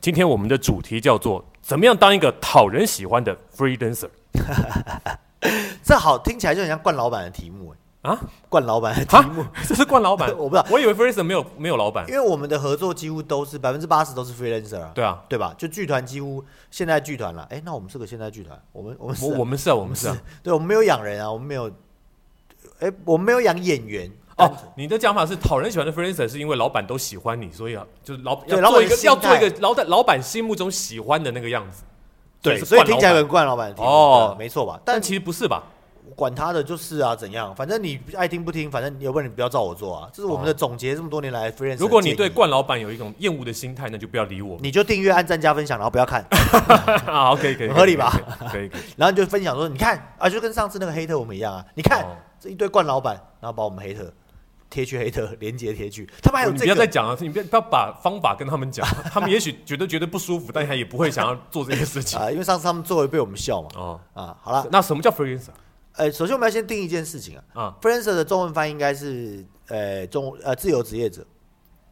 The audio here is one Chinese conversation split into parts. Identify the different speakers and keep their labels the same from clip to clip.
Speaker 1: 今天我们的主题叫做“怎么样当一个讨人喜欢的 freelancer”。
Speaker 2: 这好听起来就很像冠老板的题目哎
Speaker 1: 啊，
Speaker 2: 冠老板的
Speaker 1: 啊
Speaker 2: 题目，
Speaker 1: 这是冠老板，
Speaker 2: 我不知道，
Speaker 1: 我以为 freelancer 没有没有老板
Speaker 2: 因。为我们的合作几乎都是百分之八十都是 freelancer 啊，
Speaker 1: 对啊，
Speaker 2: 对吧？就剧团几乎现在剧团了，哎，那我们是个现代剧团，我们我们是
Speaker 1: 我
Speaker 2: 啊、
Speaker 1: 我们是啊，我们是啊。
Speaker 2: 对，我们没有养人啊，我们没有，哎，我们没有养演员
Speaker 1: 哦，，你的讲法是讨人喜欢的 freelancer 是因为老板都喜欢你，所以啊，就是老
Speaker 2: 对
Speaker 1: 要
Speaker 2: 老
Speaker 1: 做
Speaker 2: 板的
Speaker 1: 一个
Speaker 2: 心
Speaker 1: 要做一
Speaker 2: 态
Speaker 1: 个老板老板心目中喜欢的那个样子。
Speaker 2: 对，
Speaker 1: 是
Speaker 2: 所以
Speaker 1: 冠
Speaker 2: 听
Speaker 1: 老
Speaker 2: 起来
Speaker 1: 板
Speaker 2: 很冠老板的题目
Speaker 1: 哦
Speaker 2: 对没错吧？
Speaker 1: 但
Speaker 2: 但
Speaker 1: 其实不是吧？
Speaker 2: 管他的就是啊，怎样？反正你爱听不听，反正要不然你不要照我做啊。这是我们的总结这么多年来的 freelance 的建
Speaker 1: 哦
Speaker 2: 议。
Speaker 1: 如果你对冠老板有一种厌恶的心态，那就不要理 我。
Speaker 2: 你就订阅、按赞、加分享，然后不要看，
Speaker 1: 啊，好，可以可以，
Speaker 2: 合理吧
Speaker 1: 可以？可以可以。
Speaker 2: 然后你就分享说，你看啊，就跟上次那个黑特我们一样啊，你看、
Speaker 1: 哦
Speaker 2: 这一堆冠老板，然后把我们黑特贴去黑特，连接贴去，他们还有
Speaker 1: 哦你
Speaker 2: 哎这
Speaker 1: 不要再
Speaker 2: 个，
Speaker 1: 讲了，你不要不要把方法跟他们讲， 他们也许觉得觉得不舒服，但他也不会想要做这些事 情。
Speaker 2: 啊、因为上次他们做了被我们笑嘛，
Speaker 1: 哦，
Speaker 2: 啊，好了，
Speaker 1: 那什么叫 freelancer
Speaker 2: 呃，首先我们要先定一件事情啊
Speaker 1: 啊？
Speaker 2: ，freelancer 的中文翻译应该是呃中呃自由职业者、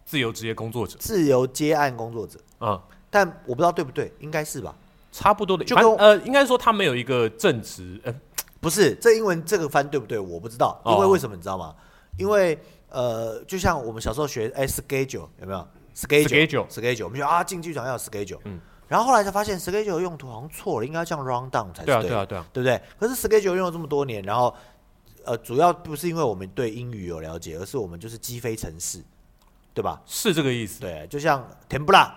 Speaker 1: 自由职业工作者
Speaker 2: 自由接案工作者，
Speaker 1: 啊，
Speaker 2: 但我不知道对不对，应该是吧？
Speaker 1: 差不多的。
Speaker 2: 就
Speaker 1: 反
Speaker 2: 跟我
Speaker 1: 呃，应该说他们有一个正职，呃，
Speaker 2: 不是，这英文这个翻对不对？我不知道，因
Speaker 1: 哦
Speaker 2: 为为什么你知道吗？因为呃，就像我们小时候学哎 schedule 有没有
Speaker 1: Schedule
Speaker 2: schedule 我们就啊进剧场要有 schedule，
Speaker 1: 嗯
Speaker 2: 然后后来才发现 schedule 用途好像错了，应该要这样 round down 才是
Speaker 1: 对啊，
Speaker 2: 的
Speaker 1: 对啊，对啊，
Speaker 2: 哎对不对？可是 schedule 用了这么多年，然后呃，主要不是因为我们对英语有了解，而是我们就是鸡飞城市，对吧？
Speaker 1: 是这个意思。
Speaker 2: 对，就像甜不辣，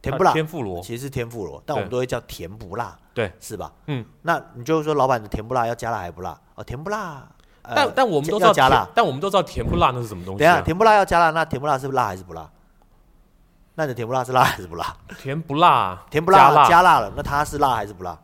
Speaker 2: 甜不辣
Speaker 1: 啊，天妇罗
Speaker 2: 其实是天妇罗，但
Speaker 1: 对
Speaker 2: 我们都会叫甜不辣，
Speaker 1: 对，
Speaker 2: 是吧？
Speaker 1: 嗯，
Speaker 2: 那你就说老板的甜不辣要加辣还不辣？哦，甜不辣，呃、
Speaker 1: 但但我们都知
Speaker 2: 要
Speaker 1: 道
Speaker 2: 加辣
Speaker 1: 甜。，但我们都知道甜不辣那是什么东
Speaker 2: 等一
Speaker 1: 西
Speaker 2: 下，
Speaker 1: 啊？
Speaker 2: 甜不辣要加辣，那甜不辣是辣还是不辣？那你的甜不辣是辣还是不辣？
Speaker 1: 甜不辣，
Speaker 2: 甜不辣
Speaker 1: 加辣
Speaker 2: 加辣了，那它是辣还是不辣？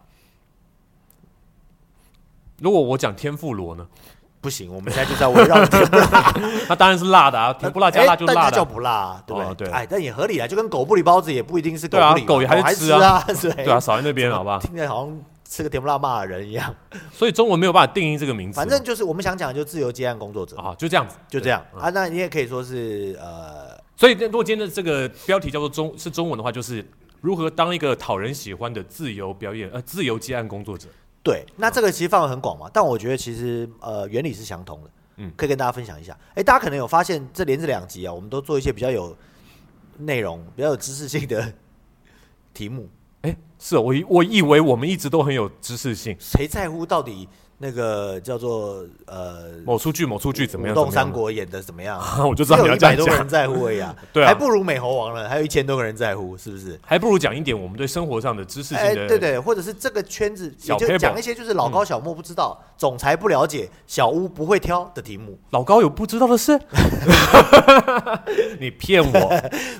Speaker 1: 如果我讲天妇罗呢，
Speaker 2: 不行，我们现在就是要围绕着甜不辣，
Speaker 1: 那当然是辣的啊， 甜不辣加
Speaker 2: 哎
Speaker 1: 辣就是
Speaker 2: 但
Speaker 1: 辣
Speaker 2: 这叫
Speaker 1: 的，
Speaker 2: 不辣啊，对不
Speaker 1: 哦对
Speaker 2: 哎，但也合理啊，就跟狗不理包子也不一定是狗
Speaker 1: 对啊
Speaker 2: 不理嘛，
Speaker 1: 狗也还是
Speaker 2: 还
Speaker 1: 吃
Speaker 2: 啊， 对
Speaker 1: 对啊，少在那边 好吧？
Speaker 2: 听起来好像吃个甜不辣骂了人一样。
Speaker 1: 所以中文没有办法定义这个名词嘛，
Speaker 2: 反正就是我们想讲的就是自由接案工作者，
Speaker 1: 啊，就这样子，
Speaker 2: 就这
Speaker 1: 样。
Speaker 2: 样啊。那你也可以说是呃，
Speaker 1: 所以，那如果今天的这个标题叫做中是中文的话，就是如何当一个讨人喜欢的自由表演呃自由接案工作者。
Speaker 2: 对，那这个其实范围很广嘛，但我觉得其实呃原理是相同的，
Speaker 1: 嗯
Speaker 2: 可以跟大家分享一下。哎，大家可能有发现，这连着两集啊，我们都做一些比较有内容、比较有知识性的 题目，
Speaker 1: 哎，是、哦、我以我以为我们一直都很有知识性，
Speaker 2: 谁在乎到底那个叫做呃
Speaker 1: 某出剧某出剧怎么
Speaker 2: 武
Speaker 1: 样？
Speaker 2: 动三
Speaker 1: 怎么
Speaker 2: 国演的怎么样？
Speaker 1: 样 呢，我就知
Speaker 2: 只
Speaker 1: 道你
Speaker 2: 有
Speaker 1: 要
Speaker 2: 一
Speaker 1: 这
Speaker 2: 百
Speaker 1: 样
Speaker 2: 多个人
Speaker 1: 讲，
Speaker 2: 在乎而已啊，
Speaker 1: 对啊
Speaker 2: 还不如美猴王了，还有一千多个人在乎，是不是？
Speaker 1: 还不如讲一点我们对生活上的知识性的。
Speaker 2: 哎，对对，或者是这个圈子，也
Speaker 1: 小嗯
Speaker 2: 就
Speaker 1: paper
Speaker 2: 讲一些就是老高小莫不知道，总裁不了解，小屋不会挑的题目。
Speaker 1: 老高有不知道的 事？你骗我！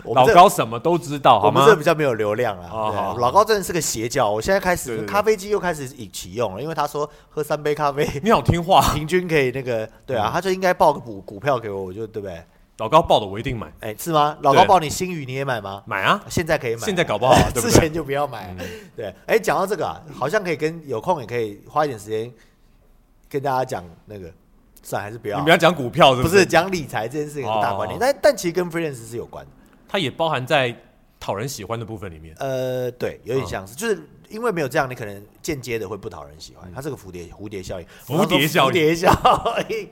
Speaker 2: 我们
Speaker 1: 老
Speaker 2: 这
Speaker 1: 高什么都知道，
Speaker 2: 我
Speaker 1: 好
Speaker 2: 们
Speaker 1: 吗
Speaker 2: 这？比较没有流量啊。
Speaker 1: 哦
Speaker 2: 对
Speaker 1: 好好
Speaker 2: 老高真的是个邪教，我现在开
Speaker 1: 对
Speaker 2: 始
Speaker 1: 对对
Speaker 2: 咖啡机又开始以启用了，因为他说喝三杯咖啡
Speaker 1: 你好听话，
Speaker 2: 平均可以那个，对
Speaker 1: 嗯
Speaker 2: 啊，他就应该报个股股票给我，我就对不对？
Speaker 1: 老高报的我一定买，
Speaker 2: 哎，是吗？老高
Speaker 1: 对
Speaker 2: 报你新宇你也买吗？
Speaker 1: 买啊！
Speaker 2: 现在可以买，
Speaker 1: 现在搞不 好对不嗯对
Speaker 2: 之前就不要买。对，哎，讲到这个啊，好像可以跟有空也可以花一点时间跟大家讲那个，算了还是不要
Speaker 1: 你
Speaker 2: 啊
Speaker 1: 不。要讲股票，是
Speaker 2: 不
Speaker 1: 是
Speaker 2: 是？讲理财这件事情是大观念，
Speaker 1: 哦
Speaker 2: 但但其实跟 freelance 是有关的。
Speaker 1: 它也包含在讨人喜欢的部分里面。
Speaker 2: 呃，对，有点
Speaker 1: 嗯
Speaker 2: 像是，就是因为没有这样，你可能间接的会不讨人喜欢。它是个蝴蝶蝴蝶效应，
Speaker 1: 蝴蝶效应哎
Speaker 2: 蝴蝶效应。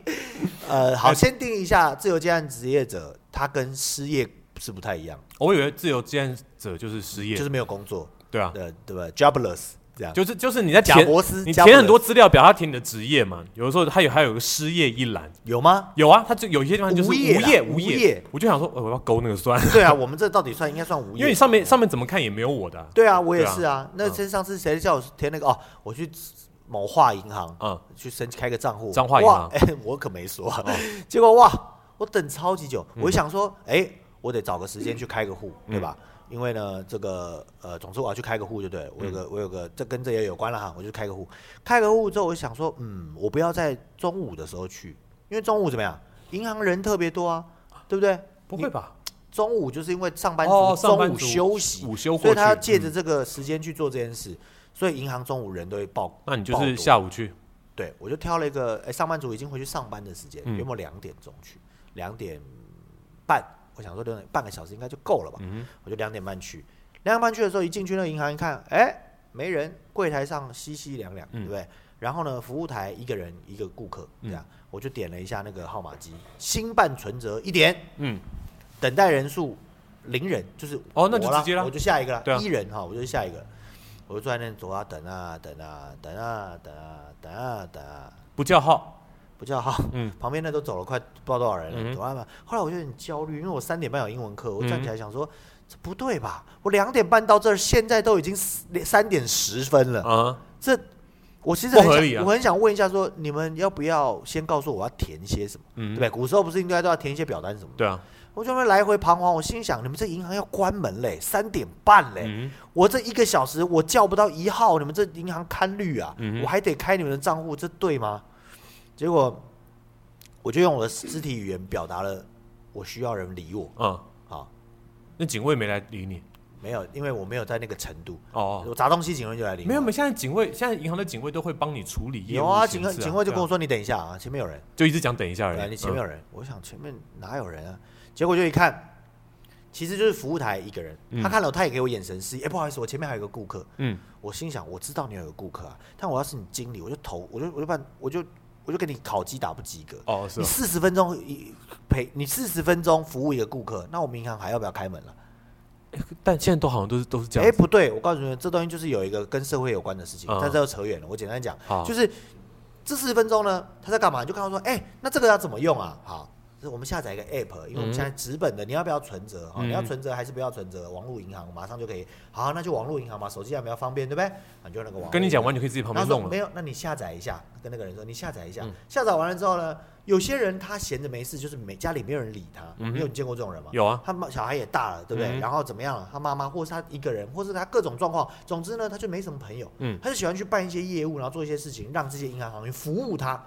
Speaker 2: 呃，好，先定义一下自由接案职业者，他跟失业是不太一样，
Speaker 1: 我以为自由志愿者就是失业，
Speaker 2: 就是没有工作，
Speaker 1: 对啊，
Speaker 2: 呃，对吧？jobless 这样。
Speaker 1: 就是就是你在
Speaker 2: 贾
Speaker 1: 填
Speaker 2: 伯斯，
Speaker 1: 你
Speaker 2: 贾伯
Speaker 1: 填
Speaker 2: 斯
Speaker 1: 很多资料表，他填你的职业嘛，有的时候他有还有个失业一栏，
Speaker 2: 有吗？
Speaker 1: 有啊，他就有一些地方就是
Speaker 2: 无
Speaker 1: 无
Speaker 2: 业啦
Speaker 1: 业
Speaker 2: 无业
Speaker 1: 我就想说，呃我要勾那个算，
Speaker 2: 对啊，我们这到底算应该算无业？
Speaker 1: 因为你上面上面怎么看也没有我的啊，
Speaker 2: 对啊，我也
Speaker 1: 对啊
Speaker 2: 是啊。那先上次谁叫我填那个哦？我去某化银行，
Speaker 1: 嗯，
Speaker 2: 去申开个账户，
Speaker 1: 彰化银行哦
Speaker 2: 哇哎、 我可没说，结果哇，我等超级久，
Speaker 1: 嗯
Speaker 2: 我一想说，哎、我得找个时间去开个户，对吧？因为呢，这个呃，总之我要去开个户，就对了
Speaker 1: 嗯
Speaker 2: 我有个、我有个，这跟这也有关了哈，我就开个户。开个户之后，我就想说，嗯，我不要在中午的时候去，因为中午怎么样，银行人特别多啊，对不对？
Speaker 1: 不会吧？
Speaker 2: 中午就是因为上班族、
Speaker 1: 哦上
Speaker 2: 中
Speaker 1: 班
Speaker 2: 午
Speaker 1: 族
Speaker 2: 休息，
Speaker 1: 午休过去嗯
Speaker 2: 所以他要借着这个时间去做这件事，所以银行中午人都会爆。
Speaker 1: 那你就
Speaker 2: 爆多
Speaker 1: 是下午去，
Speaker 2: 对，我就挑了一个，哎、上班族已经回去上班的时间，
Speaker 1: 嗯
Speaker 2: 约莫两点钟去，
Speaker 1: 嗯
Speaker 2: 两点半，我想说两点半个小时应该就够了吧，我就两点半去，那样班去的时候，一进去那个银行一看，哎，没人，柜台上熙熙攘攘，
Speaker 1: 嗯
Speaker 2: 对不对？然后呢，服务台一个人一个顾客这样，我就点了一下那个号码机，新办存折一点，
Speaker 1: 嗯，
Speaker 2: 等待人数零人，就是
Speaker 1: 哦那就
Speaker 2: 我啦
Speaker 1: 直接啦
Speaker 2: 我就下一个啦，
Speaker 1: 对啊
Speaker 2: 一人哈，我就下一个，我就坐在那走啊等啊等啊等啊等啊等啊等啊，
Speaker 1: 不叫号，
Speaker 2: 不叫号，
Speaker 1: 嗯
Speaker 2: 旁边那都走了快不知道多少人
Speaker 1: 嗯
Speaker 2: 了，
Speaker 1: 哼嗯
Speaker 2: 走啊嘛。后来我就很焦虑，因为我三点半有英文课，我站起来想说。这不对吧？我两点半到这儿，现在都已经三点十分了。
Speaker 1: 啊，
Speaker 2: 这我其实很
Speaker 1: 不合
Speaker 2: 想，
Speaker 1: 理啊
Speaker 2: 我很想问一下说你们要不要先告诉我要填些什么，对
Speaker 1: 嗯
Speaker 2: 不，对？古时候不是应该都要填一些表单什么的？
Speaker 1: 对啊，
Speaker 2: 我就那边来回彷徨，我心想你们这银行要关门嘞，三点半嘞，
Speaker 1: 嗯
Speaker 2: 我这一个小时我叫不到一号，你们这银行堪虑啊，
Speaker 1: 嗯哼
Speaker 2: 我还得开你们的账户，这对吗？结果我就用我的肢体语言表达了我需要人理我
Speaker 1: 啊，
Speaker 2: 啊，
Speaker 1: 那警卫没来理你
Speaker 2: 没有，因为我没有在那个程度，
Speaker 1: 哦，
Speaker 2: 我砸东西警卫就来理我，
Speaker 1: 没有没有，现在警卫现在银行的警卫都会帮你处理业务
Speaker 2: 有啊，
Speaker 1: 前
Speaker 2: 警卫
Speaker 1: 置
Speaker 2: 警卫就
Speaker 1: 对啊
Speaker 2: 跟我说你等一下啊，前面有人。
Speaker 1: 就一直讲等一下而
Speaker 2: 对啊，
Speaker 1: 已，
Speaker 2: 你前
Speaker 1: 嗯
Speaker 2: 面有人，我想前面哪有人啊？结果就一看，其实就是服务台一个人，他看了我他也给我眼神示意，哎、不好意思，我前面还有一个顾客。
Speaker 1: 嗯，
Speaker 2: 我心想，我知道你有个顾客啊，但我要是你经理，我就投，我就我就办，我就我就给你烤鸡打不及格。
Speaker 1: 哦是
Speaker 2: 你
Speaker 1: 哦
Speaker 2: 四十分钟一陪你四十分钟服务一个顾客，那我们银行还要不要开门了？
Speaker 1: 但现在都好像都是都是这
Speaker 2: 哎、
Speaker 1: 样子，
Speaker 2: 不对，我告诉你们，这东西就是有一个跟社会有关的事情，
Speaker 1: 嗯
Speaker 2: 但这又扯远了。我简单讲，
Speaker 1: 好
Speaker 2: 就是这四十分钟呢，他在干嘛？你就看到说，哎、那这个要怎么用啊？好，就是我们下载一个 app，因为我们现在纸本的，你要不要存折？哈、
Speaker 1: 嗯
Speaker 2: 你要存折还是不要存折？网络银行马上就可以。好，那就网络银行嘛，手机还比较方便，对不对？啊你就那个网络银行。
Speaker 1: 跟你讲完你可以自己旁边
Speaker 2: 然后说
Speaker 1: 弄
Speaker 2: 没
Speaker 1: 了，
Speaker 2: 有，那你下载一下，跟那个人说你下载一下。
Speaker 1: 嗯
Speaker 2: 下载完了之后呢，有些人他闲着没事，就是没家里没有人理他，
Speaker 1: 嗯哼
Speaker 2: 你有见过这种人吗？
Speaker 1: 有啊，
Speaker 2: 他妈小孩也大了，对不对？
Speaker 1: 嗯
Speaker 2: 然后怎么样了？他妈妈或是他一个人，或是他各种状况，总之呢，他就没什么朋友，
Speaker 1: 嗯
Speaker 2: 他就喜欢去办一些业务，然后做一些事情，让这些银行行员服务他，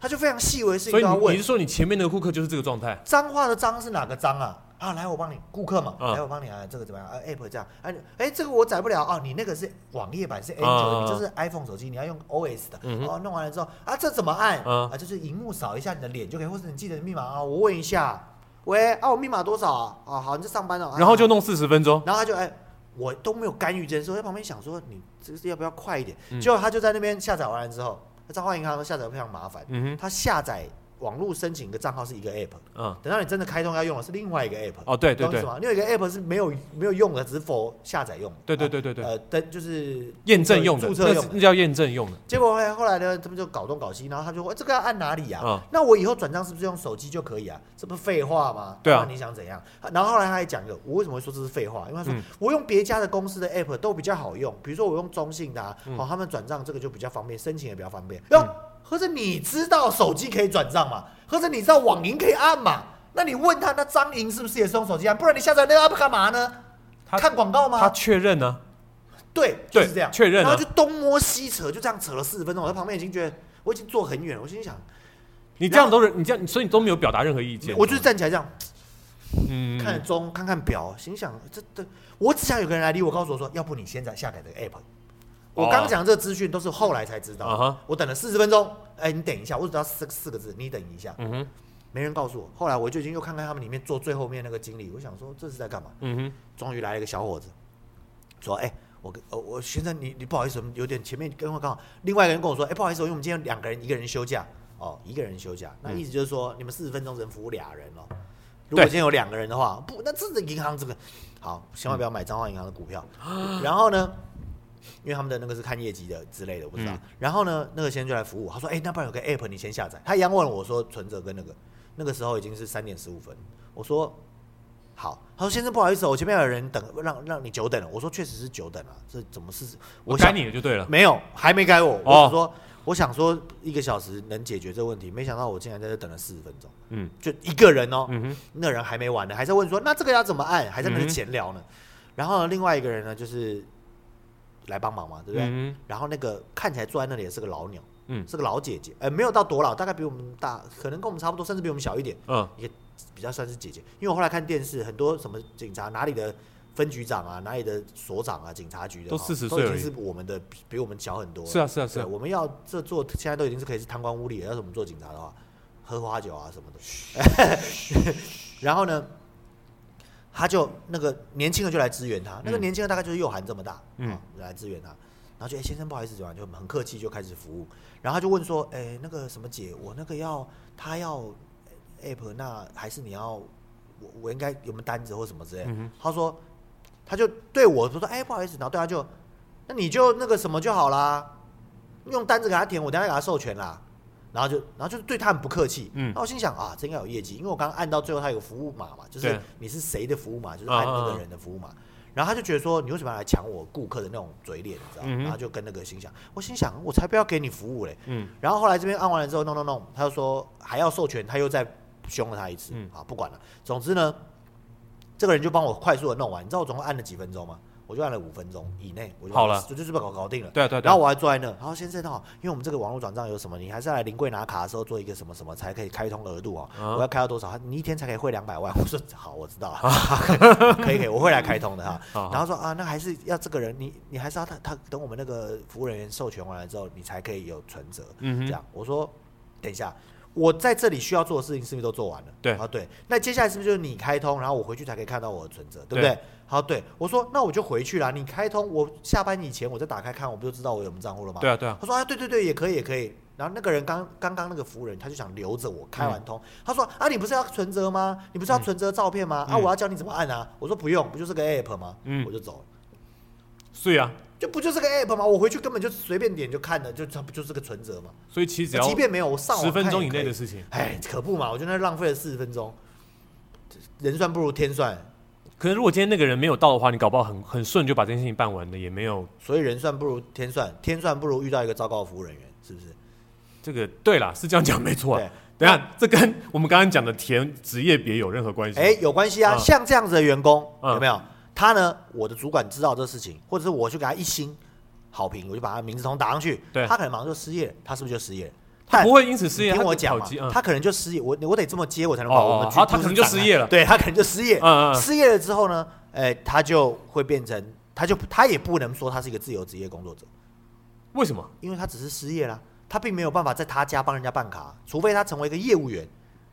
Speaker 2: 他就非常细微的事
Speaker 1: 所
Speaker 2: 情
Speaker 1: 以
Speaker 2: 都要
Speaker 1: 你你
Speaker 2: 问
Speaker 1: 是。说你前面的顾客就是这个状态，
Speaker 2: 脏话的脏是哪个脏啊？啊，来我帮你，顾客嘛，
Speaker 1: 嗯
Speaker 2: 来我帮你啊，这个怎么样？啊，app 这样，哎、哎，这个我载不了啊，你那个是网页版是 Android，、
Speaker 1: 嗯嗯嗯
Speaker 2: 你这是 iPhone 手机，你要用 OS 的，
Speaker 1: 嗯哼
Speaker 2: 哦，弄完了之后啊，这怎么按？
Speaker 1: 嗯
Speaker 2: 啊，就是荧幕扫一下你的脸就可以，或者你记得密码啊，我问一下，喂，啊，我密码多少啊？啊，好，你在上班哦、啊，
Speaker 1: 然后就弄四十分钟，
Speaker 2: 然后他就哎，我都没有干预这件事，我在旁边想说你这个要不要快一点？
Speaker 1: 嗯
Speaker 2: 结果他就在那边下载完了之后，账号银行都下载非常麻烦，
Speaker 1: 嗯
Speaker 2: 他下载网络申请一个账号是一个 app，
Speaker 1: 哼，嗯，
Speaker 2: 等到你真的开通要用的是另外一个 app。
Speaker 1: 哦对对
Speaker 2: 懂
Speaker 1: 对
Speaker 2: 什，么？另外一个 app 是没有没有用的，只是否下载用的。
Speaker 1: 对对对对对
Speaker 2: 呃，登就是
Speaker 1: 验证用的，
Speaker 2: 注册
Speaker 1: 那
Speaker 2: 用
Speaker 1: 是
Speaker 2: 的。
Speaker 1: 那叫验证用的，
Speaker 2: 结果后来后来呢，他们就搞东搞西，然后他就说、哎这个要按哪里呀、
Speaker 1: 嗯
Speaker 2: 那我以后转账是不是用手机就可以啊？这不是废话吗？
Speaker 1: 对啊
Speaker 2: 那你想怎样？然后后来他还讲一个，我为什么会说这是废话？因为他说、
Speaker 1: 嗯
Speaker 2: 我用别家的公司的 app 都比较好用，比如说我用中信的、啊，
Speaker 1: 嗯
Speaker 2: 哦，他们转账这个就比较方便，申请也比较方便。哟、合着你知道手机可以转账嘛？合着你知道网银可以
Speaker 1: 嗯
Speaker 2: 按嘛？那你问他，那张银是不是也是用手机按？不然你下载那个 app 干嘛呢？
Speaker 1: 他
Speaker 2: 看广告吗？
Speaker 1: 他确认呢，
Speaker 2: 对，就
Speaker 1: 对
Speaker 2: 是这样
Speaker 1: 确认
Speaker 2: 然后
Speaker 1: 了
Speaker 2: 就东摸西扯，就这样扯了四十分钟。我在旁边已经觉得我已经坐很远了，我心想，
Speaker 1: 你这样都是你这样，所以你都没有表达任何意见，
Speaker 2: 我就是站起来这样
Speaker 1: 嗯
Speaker 2: 看着钟，看看表，心想这这，我只想有个人来理我，告诉我说，要不你现在下载这个 app。我刚讲这个资讯都是后来才知
Speaker 1: 哦啊
Speaker 2: 道，
Speaker 1: 哈，
Speaker 2: 我等了四十分钟。哎，你等一下，我只要四四个字，你等一下，
Speaker 1: 嗯哼，
Speaker 2: 没人告诉我。后来我就已经又看看他们里面坐最后面那个经理，我想说这是在干嘛？
Speaker 1: 嗯哼，
Speaker 2: 终于来了一个小伙子，说：“哎、我跟呃我先生，你你不好意思，我们有点前面跟我刚好，另外一个人跟我说，哎、不好意思，因为我们今天两个人，一个人休假，哦，一个人休假，那意思就是说、你们四十分钟只能服务俩人哦。如
Speaker 1: 对
Speaker 2: 果今天有两个人的话，不，那这个银行这个好，千万不要买彰化银行的股 票。然后呢，因为他们的那个是看业绩的之类的，我不知道。
Speaker 1: 嗯
Speaker 2: 然后呢，那个先生就来服务，他说：“哎、那不然有个 app 你先下载。”他一样问我说：“存折跟那个。”那个时候已经是三点十五分，我说好，他说先生不好意思哦，我前面有人等，让让你久等了。我说确实是久等了，这怎么是？
Speaker 1: 我
Speaker 2: 想
Speaker 1: 该你的就对了，
Speaker 2: 没有，还没该我。我
Speaker 1: 啊哦
Speaker 2: 想说，我想说一个小时能解决这问题，没想到我竟然在这等了四十分钟，
Speaker 1: 嗯
Speaker 2: 就一个人哦，
Speaker 1: 嗯哼，
Speaker 2: 那人还没完呢，还在问说那这个要怎么按，还在那
Speaker 1: 嗯
Speaker 2: 边
Speaker 1: 哼
Speaker 2: 闲聊呢。然后呢另外一个人呢，就是来帮忙嘛，对不对？
Speaker 1: 嗯
Speaker 2: 然后那个看起来坐在那里也是个老鸟，
Speaker 1: 嗯
Speaker 2: 是个老姐姐，呃，没有到多老，大概比我们大，可能跟我们差不多，甚至比我们小一点。
Speaker 1: 嗯
Speaker 2: 比较算是姐姐，因为我后来看电视，很多什么警察哪里的分局长啊，哪里的所长啊，警察局的
Speaker 1: 都
Speaker 2: 哈
Speaker 1: 40
Speaker 2: 都
Speaker 1: 岁
Speaker 2: 已
Speaker 1: 而
Speaker 2: 经
Speaker 1: 已
Speaker 2: 是我们的比比我们小很多了。
Speaker 1: 是啊是啊是啊
Speaker 2: 对我们要这做现在都已经是可以是贪官污吏了，要是我们做警察 的话，喝花酒啊什么的。然后呢，他就那个年轻人就来支援他，那个
Speaker 1: 嗯
Speaker 2: 年轻人大概就是右涵这么大，
Speaker 1: 嗯
Speaker 2: 嗯，来支援他，然后就哎、先生不好意思怎么样，就很客气就开始服务，然后他就问说，哎、那个什么姐，我那个要他要 app 那还是你要我我应该有没有单子或什么之类的，
Speaker 1: 嗯哼
Speaker 2: 他说他就对我说哎、不好意思，然后对他就那你就那个什么就好啦，用单子给他填，我等下给他授权啦。然后就，然后就是对他很不客气。
Speaker 1: 嗯
Speaker 2: 嗯，那我心想啊，这应该有业绩，因为我刚刚按到最后，他有个服务码嘛，就是
Speaker 1: 对嗯
Speaker 2: 你是谁的服务码，就是按那个人的服务码。然后他就觉得说，你为什么要来抢我顾客的那种嘴脸，你知道吗？
Speaker 1: 嗯哼
Speaker 2: 然后就跟那个心想，我心想，我才不要给你服务嘞。
Speaker 1: 嗯
Speaker 2: 然后后来这边按完了之后，弄弄弄，他就说还要授权，他又再凶了他一次。
Speaker 1: 嗯
Speaker 2: 好，不管了。总之呢，这个人就帮我快速的弄完。你知道我总共按了几分钟吗？我就按了五分钟以内，我就
Speaker 1: 好了
Speaker 2: 就就是把搞搞定了。
Speaker 1: 对啊对啊对啊
Speaker 2: 然后我还坐在那，然后先生哦，因为我们这个网络转账有什么，你还是要来临柜拿卡的时候做一个什么什么才可以开通额度哦。
Speaker 1: 啊
Speaker 2: 我要开到多少？他你一天才可以汇两百万。我说好，我知道了， 可以可以，我会来开通的哈。
Speaker 1: 好好
Speaker 2: 然后说啊，那还是要这个人，你你还是要他他等我们那个服务人员授权完了之后，你才可以有存折。
Speaker 1: 嗯
Speaker 2: 这
Speaker 1: 哼，
Speaker 2: 样，我说等一下，我在这里需要做的事情是不是都做完了？
Speaker 1: 对
Speaker 2: 啊对，那接下来是不是就是你开通，然后我回去才可以看到我的存折，对不
Speaker 1: 对
Speaker 2: 对？好，对我说那我就回去啦，你开通，我下班以前我再打开看，我不就知道我有没有账户了吗？
Speaker 1: 对啊对啊，
Speaker 2: 他说啊，对对对，也可以，也可以。然后那个人刚刚刚那个服务人，他就想留着我开
Speaker 1: 嗯
Speaker 2: 完通。他说啊，你不是要存折吗？你不是要存折照片吗？啊，
Speaker 1: 嗯
Speaker 2: 我要教你怎么按啊。我说不用，不就是个 app 吗？
Speaker 1: 嗯
Speaker 2: 我就走了。
Speaker 1: 所以啊，
Speaker 2: 就不就是个 app 吗？我回去根本就随便点就看了，就它不就是个存折吗？
Speaker 1: 所以其实只要
Speaker 2: 即便没有，我上网
Speaker 1: 十分
Speaker 2: 看
Speaker 1: 钟
Speaker 2: 也
Speaker 1: 以
Speaker 2: 可
Speaker 1: 内的
Speaker 2: 以
Speaker 1: 事情，
Speaker 2: 哎，可不嘛！我觉得那浪费了四十分钟，人算不如天算，
Speaker 1: 可能如果今天那个人没有到的话，你搞不好很很顺就把这件事情办完了，也没有
Speaker 2: 所以人算不如天算，天算不如遇到一个糟糕的服务人员，是不是？
Speaker 1: 这个对啦，是这样讲没错、啊
Speaker 2: 对。
Speaker 1: 等一下，这跟我们刚刚讲的填职业别有任何关系？
Speaker 2: 哎，有关系啊！
Speaker 1: 嗯
Speaker 2: 像这样子的员工
Speaker 1: 嗯
Speaker 2: 有没有？他呢，我的主管知道这事情，或者是我去给他一星好评，我就把他名字从打上去，
Speaker 1: 对
Speaker 2: 他可能马上就失业了，他是不是就失业了？
Speaker 1: 他
Speaker 2: 但
Speaker 1: 不会因此失业，
Speaker 2: 你听我
Speaker 1: 他
Speaker 2: 讲
Speaker 1: 考
Speaker 2: 嘛
Speaker 1: 级，嗯
Speaker 2: 他可能就失业，我我得这么接，我才能
Speaker 1: 哦
Speaker 2: 把
Speaker 1: 哦
Speaker 2: 我们
Speaker 1: 哦
Speaker 2: 局
Speaker 1: 他
Speaker 2: 部
Speaker 1: 他可能
Speaker 2: 是
Speaker 1: 就
Speaker 2: 展
Speaker 1: 失
Speaker 2: 开
Speaker 1: 业了
Speaker 2: 啊对他可能就失业，
Speaker 1: 嗯嗯嗯
Speaker 2: 失业了之后呢，哎，他就会变成，他就他也不能说他是一个自由职业工作者，
Speaker 1: 为什么？
Speaker 2: 因为他只是失业啦，他并没有办法在他家帮人家办卡，除非他成为一个业务员，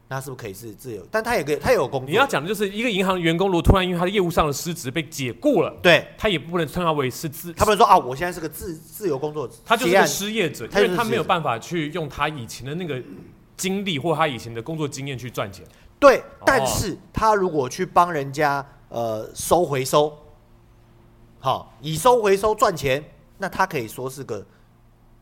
Speaker 2: 那是不是可以是自由？但他也可以，他也有工作，
Speaker 1: 你要讲的就是一个银行员工，如果突然因为他的业务上的失职被解雇了，
Speaker 2: 对
Speaker 1: 他也不能称他为是自，
Speaker 2: 他不能说啊，我现在是个自自由工作者，
Speaker 1: 他就是
Speaker 2: 接
Speaker 1: 个
Speaker 2: 案
Speaker 1: 失业者，因
Speaker 2: 他就是
Speaker 1: 为他没
Speaker 2: 失业
Speaker 1: 有
Speaker 2: 者
Speaker 1: 办法去用他以前的那个经历或他以前的工作经验去赚钱。
Speaker 2: 对，
Speaker 1: 哦
Speaker 2: 但是他如果去帮人家呃收回收，好以收回收赚钱，那他可以说是个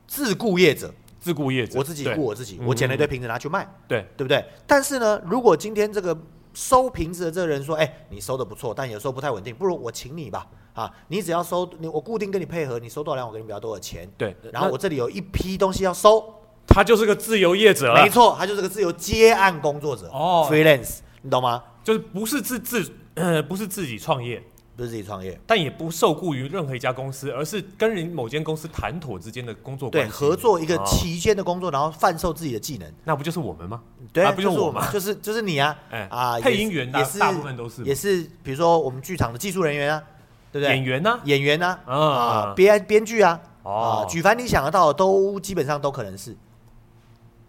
Speaker 2: 自雇业者，
Speaker 1: 自雇业者，
Speaker 2: 我自己
Speaker 1: 对
Speaker 2: 雇，我自己，
Speaker 1: 嗯
Speaker 2: 我捡了一堆瓶子拿去卖，
Speaker 1: 对
Speaker 2: 对不对？但是呢，如果今天这个收瓶子的这个人说，哎、你收的不错，但有时候不太稳定，不如我请你吧。啊，你只要收你，我固定跟你配合，你收多少量，我给你比较多的钱。
Speaker 1: 对，
Speaker 2: 然后
Speaker 1: 那
Speaker 2: 我这里有一批东西要收，
Speaker 1: 他就是个自由业者了，
Speaker 2: 没错，他就是个自由接案工作者
Speaker 1: 哦
Speaker 2: ，freelance，你懂吗？
Speaker 1: 就是不是自自呃不是自己创业，
Speaker 2: 不是自己创业，
Speaker 1: 但也不受雇于任何一家公司，而是跟人某间公司谈妥之间的工作
Speaker 2: 对，
Speaker 1: 关系，
Speaker 2: 合作一个
Speaker 1: 哦
Speaker 2: 期间的工作，然后贩售自己的技能。
Speaker 1: 那不就是我们吗？
Speaker 2: 对
Speaker 1: 啊
Speaker 2: 啊，
Speaker 1: 不
Speaker 2: 就
Speaker 1: 就是是我
Speaker 2: 们
Speaker 1: 吗，
Speaker 2: 就是就是你啊，
Speaker 1: 哎
Speaker 2: 啊，
Speaker 1: 配
Speaker 2: 也是
Speaker 1: 音员大
Speaker 2: 也是
Speaker 1: 大部分都是嘛
Speaker 2: 也是比如说我们剧场的技术人员啊，对不
Speaker 1: 演
Speaker 2: 对？
Speaker 1: 员呢？
Speaker 2: 演员啊，
Speaker 1: 啊
Speaker 2: 啊，编编剧啊，
Speaker 1: 哦
Speaker 2: 啊，举凡你想得到的，都基本上都可能是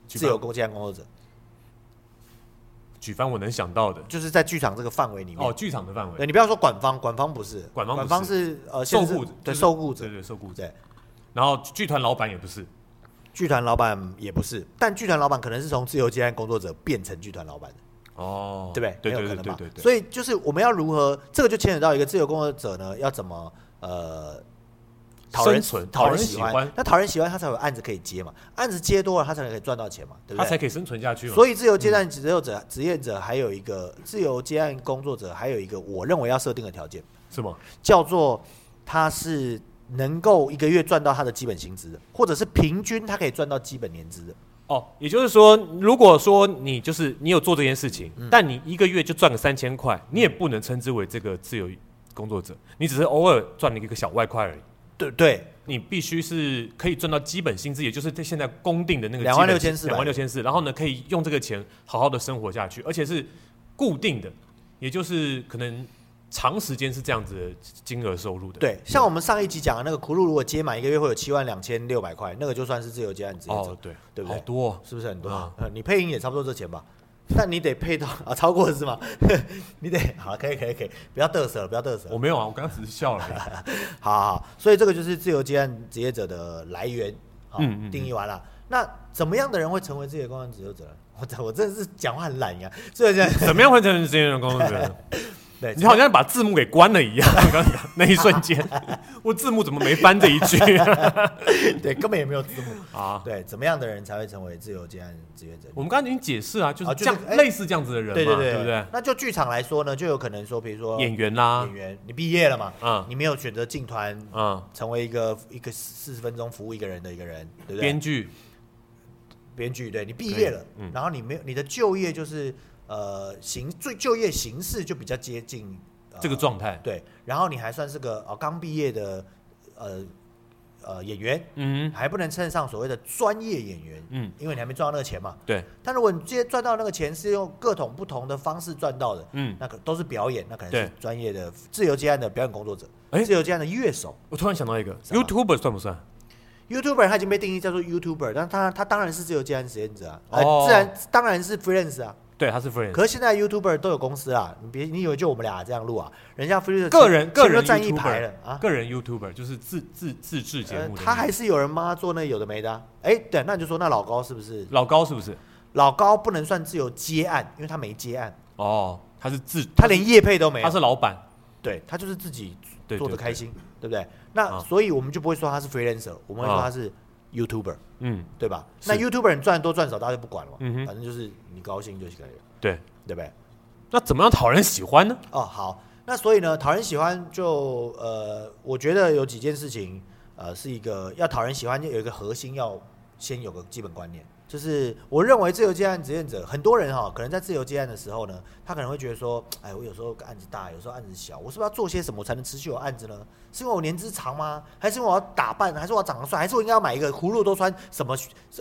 Speaker 1: 举
Speaker 2: 自由工这样工作者，
Speaker 1: 举凡我能想到的
Speaker 2: 就是在剧场这个范围里
Speaker 1: 哦，
Speaker 2: 面。
Speaker 1: 剧场的范围，
Speaker 2: 对，你不要说管方，管方不是，
Speaker 1: 管方不
Speaker 2: 管方是呃，
Speaker 1: 受
Speaker 2: 限制
Speaker 1: 雇者就
Speaker 2: 对
Speaker 1: 是
Speaker 2: 受雇者
Speaker 1: 对，对受雇者，
Speaker 2: 对，
Speaker 1: 然后剧团老板也不是，
Speaker 2: 剧团老板也不是，但剧团老板可能是从自由接案工作者变成剧团老板的。
Speaker 1: 哦，
Speaker 2: 对不对？
Speaker 1: 对
Speaker 2: 很有
Speaker 1: 对
Speaker 2: 可
Speaker 1: 对
Speaker 2: 能
Speaker 1: 对
Speaker 2: 嘛
Speaker 1: 对对，
Speaker 2: 所以就是我们要如何，这个就牵扯到一个自由工作者呢，要怎么呃讨人
Speaker 1: 生存
Speaker 2: 讨
Speaker 1: 讨人
Speaker 2: 喜
Speaker 1: 喜欢
Speaker 2: 那讨人喜欢，他才有案子可以接嘛，案子接多了，他才可以赚到钱嘛，对不
Speaker 1: 他才
Speaker 2: 对？
Speaker 1: 可以嗯生存下去嘛。
Speaker 2: 所以自由接案职业者、职业者还有一个自由接案工作者，还有一个我认为要设定的条件，
Speaker 1: 是吗？
Speaker 2: 叫做他是能够一个月赚到他的基本薪资的，或者是平均他可以赚到基本年资的。
Speaker 1: 哦，也就是说，如果说你就是你有做这件事情，
Speaker 2: 嗯
Speaker 1: 但你一个月就赚个三千块，你也不能称之为这个自由工作者，你只是偶尔赚了一个小外快而已。
Speaker 2: 对对，
Speaker 1: 你必须是可以赚到基本薪资，也就是在现在公定的那个
Speaker 2: 26,400
Speaker 1: 两万六千四，然后呢，可以用这个钱好好的生活下去，而且是固定的，也就是可能长时间是这样子的金额收入的。
Speaker 2: 对，像我们上一集讲的那个苦路，如果接满一个月会有七万两千六百块，那个就算是自由接案职业者，
Speaker 1: 哦，对，
Speaker 2: 对不
Speaker 1: 好
Speaker 2: 对
Speaker 1: 多哦、
Speaker 2: 是不是很多？嗯
Speaker 1: 啊
Speaker 2: 呃你配音也差不多这钱吧？但你得配到啊，超过了是吗？ 你得好，可以可以可以，不要嘚瑟了，不要嘚瑟了
Speaker 1: 我。没有啊，我刚刚只是笑了。
Speaker 2: 好好好，所以这个就是自由接案职业者的来源，好、
Speaker 1: 嗯嗯嗯
Speaker 2: 定义完了。那怎么样的人会成为自己的工作职业者呢？我真我真的是讲话很懒呀，所以现在
Speaker 1: 怎么样完成这样的工作
Speaker 2: 哎
Speaker 1: 者？
Speaker 2: 对，
Speaker 1: 你好像把字幕给关了一样， 刚刚那一瞬间，我字幕怎么没翻这一 句
Speaker 2: 对根本也没有字幕。
Speaker 1: 啊？
Speaker 2: 对，怎么样的人才会成为自由接案职业者？
Speaker 1: 我们刚刚已经解释啊，就
Speaker 2: 啊
Speaker 1: 是
Speaker 2: 就
Speaker 1: 这
Speaker 2: 是
Speaker 1: 样、
Speaker 2: 哎
Speaker 1: 类似这样子的人嘛，
Speaker 2: 对对
Speaker 1: 不对？
Speaker 2: 那就剧场来说呢，就有可能说，比如说
Speaker 1: 演员啦
Speaker 2: 演，员，你毕业了嘛，
Speaker 1: 嗯
Speaker 2: 你没有选择进团，
Speaker 1: 嗯，
Speaker 2: 成为一个一个四十分钟服务一个人的一个人，对不对？
Speaker 1: 编剧，
Speaker 2: 编剧，对你毕业了，
Speaker 1: 嗯
Speaker 2: 然后你没有你的就业就是呃形最就业形式就比较接近、呃
Speaker 1: 这个状态，
Speaker 2: 对，然后你还算是个哦刚毕业的呃呃演员，
Speaker 1: 嗯
Speaker 2: 还不能称得上所谓的专业演员，
Speaker 1: 嗯，
Speaker 2: 因为你还没赚到那个钱嘛。
Speaker 1: 对，
Speaker 2: 但如果你直接赚到那个钱是用各种不同的方式赚到的，
Speaker 1: 嗯，
Speaker 2: 那可都是表演，那可能是
Speaker 1: 对
Speaker 2: 专业的自由接案的表演工作者，
Speaker 1: 哎
Speaker 2: 自由接案的乐手。
Speaker 1: 我突然想到一个
Speaker 2: 什么
Speaker 1: ，YouTuber 算不算？
Speaker 2: YouTuber 他已经被定义叫做 YouTuber，但他他当然是自由接案实验者啊，呃，
Speaker 1: 哦
Speaker 2: 自然当然是 freelance 啊。
Speaker 1: 对，他是 friend，
Speaker 2: 可是现在 YouTuber 都有公司啊，你别你以为就我们俩这样录啊，人家 freelance
Speaker 1: 个人
Speaker 2: 前
Speaker 1: 个
Speaker 2: 前面
Speaker 1: 人
Speaker 2: 都站一
Speaker 1: YouTuber
Speaker 2: 排了啊。
Speaker 1: 个人 YouTuber 就是自自自制节
Speaker 2: 呃
Speaker 1: 目的那个、
Speaker 2: 他还是有人帮他做那有的没的、啊，哎、对，那你就说那老高是不是？
Speaker 1: 老高是不是？
Speaker 2: 老高不能算自由接案，因为他没接案，
Speaker 1: 哦，他是自，
Speaker 2: 他连业配都没有，
Speaker 1: 他是老板，
Speaker 2: 对他就是自己
Speaker 1: 对
Speaker 2: 做的
Speaker 1: 对
Speaker 2: 开心，对不对？那
Speaker 1: 啊
Speaker 2: 所以我们就不会说他是 freelancer，我们会说
Speaker 1: 啊
Speaker 2: 他是 YouTuber，、
Speaker 1: 嗯，
Speaker 2: 对吧？
Speaker 1: 是
Speaker 2: 那 YouTuber 你赚多赚少大家就不管了嘛，
Speaker 1: 嗯哼
Speaker 2: 反正就是你高兴就可以了，
Speaker 1: 对。
Speaker 2: 对不对？
Speaker 1: 那怎么样讨人喜欢呢？
Speaker 2: 哦，好，那所以呢，讨人喜欢就呃，我觉得有几件事情，呃，是一个要讨人喜欢，有一个核心要先有个基本观念，就是我认为自由接案执业者，很多人哈、可能在自由接案的时候呢，他可能会觉得说，哎，我有时候案子大，有时候案子小，我是不是要做些什么才能持续有案子呢？是因为我年资长吗？还是因为我要打扮？还是我要长得帅？还是我应该要买一个葫芦都穿什么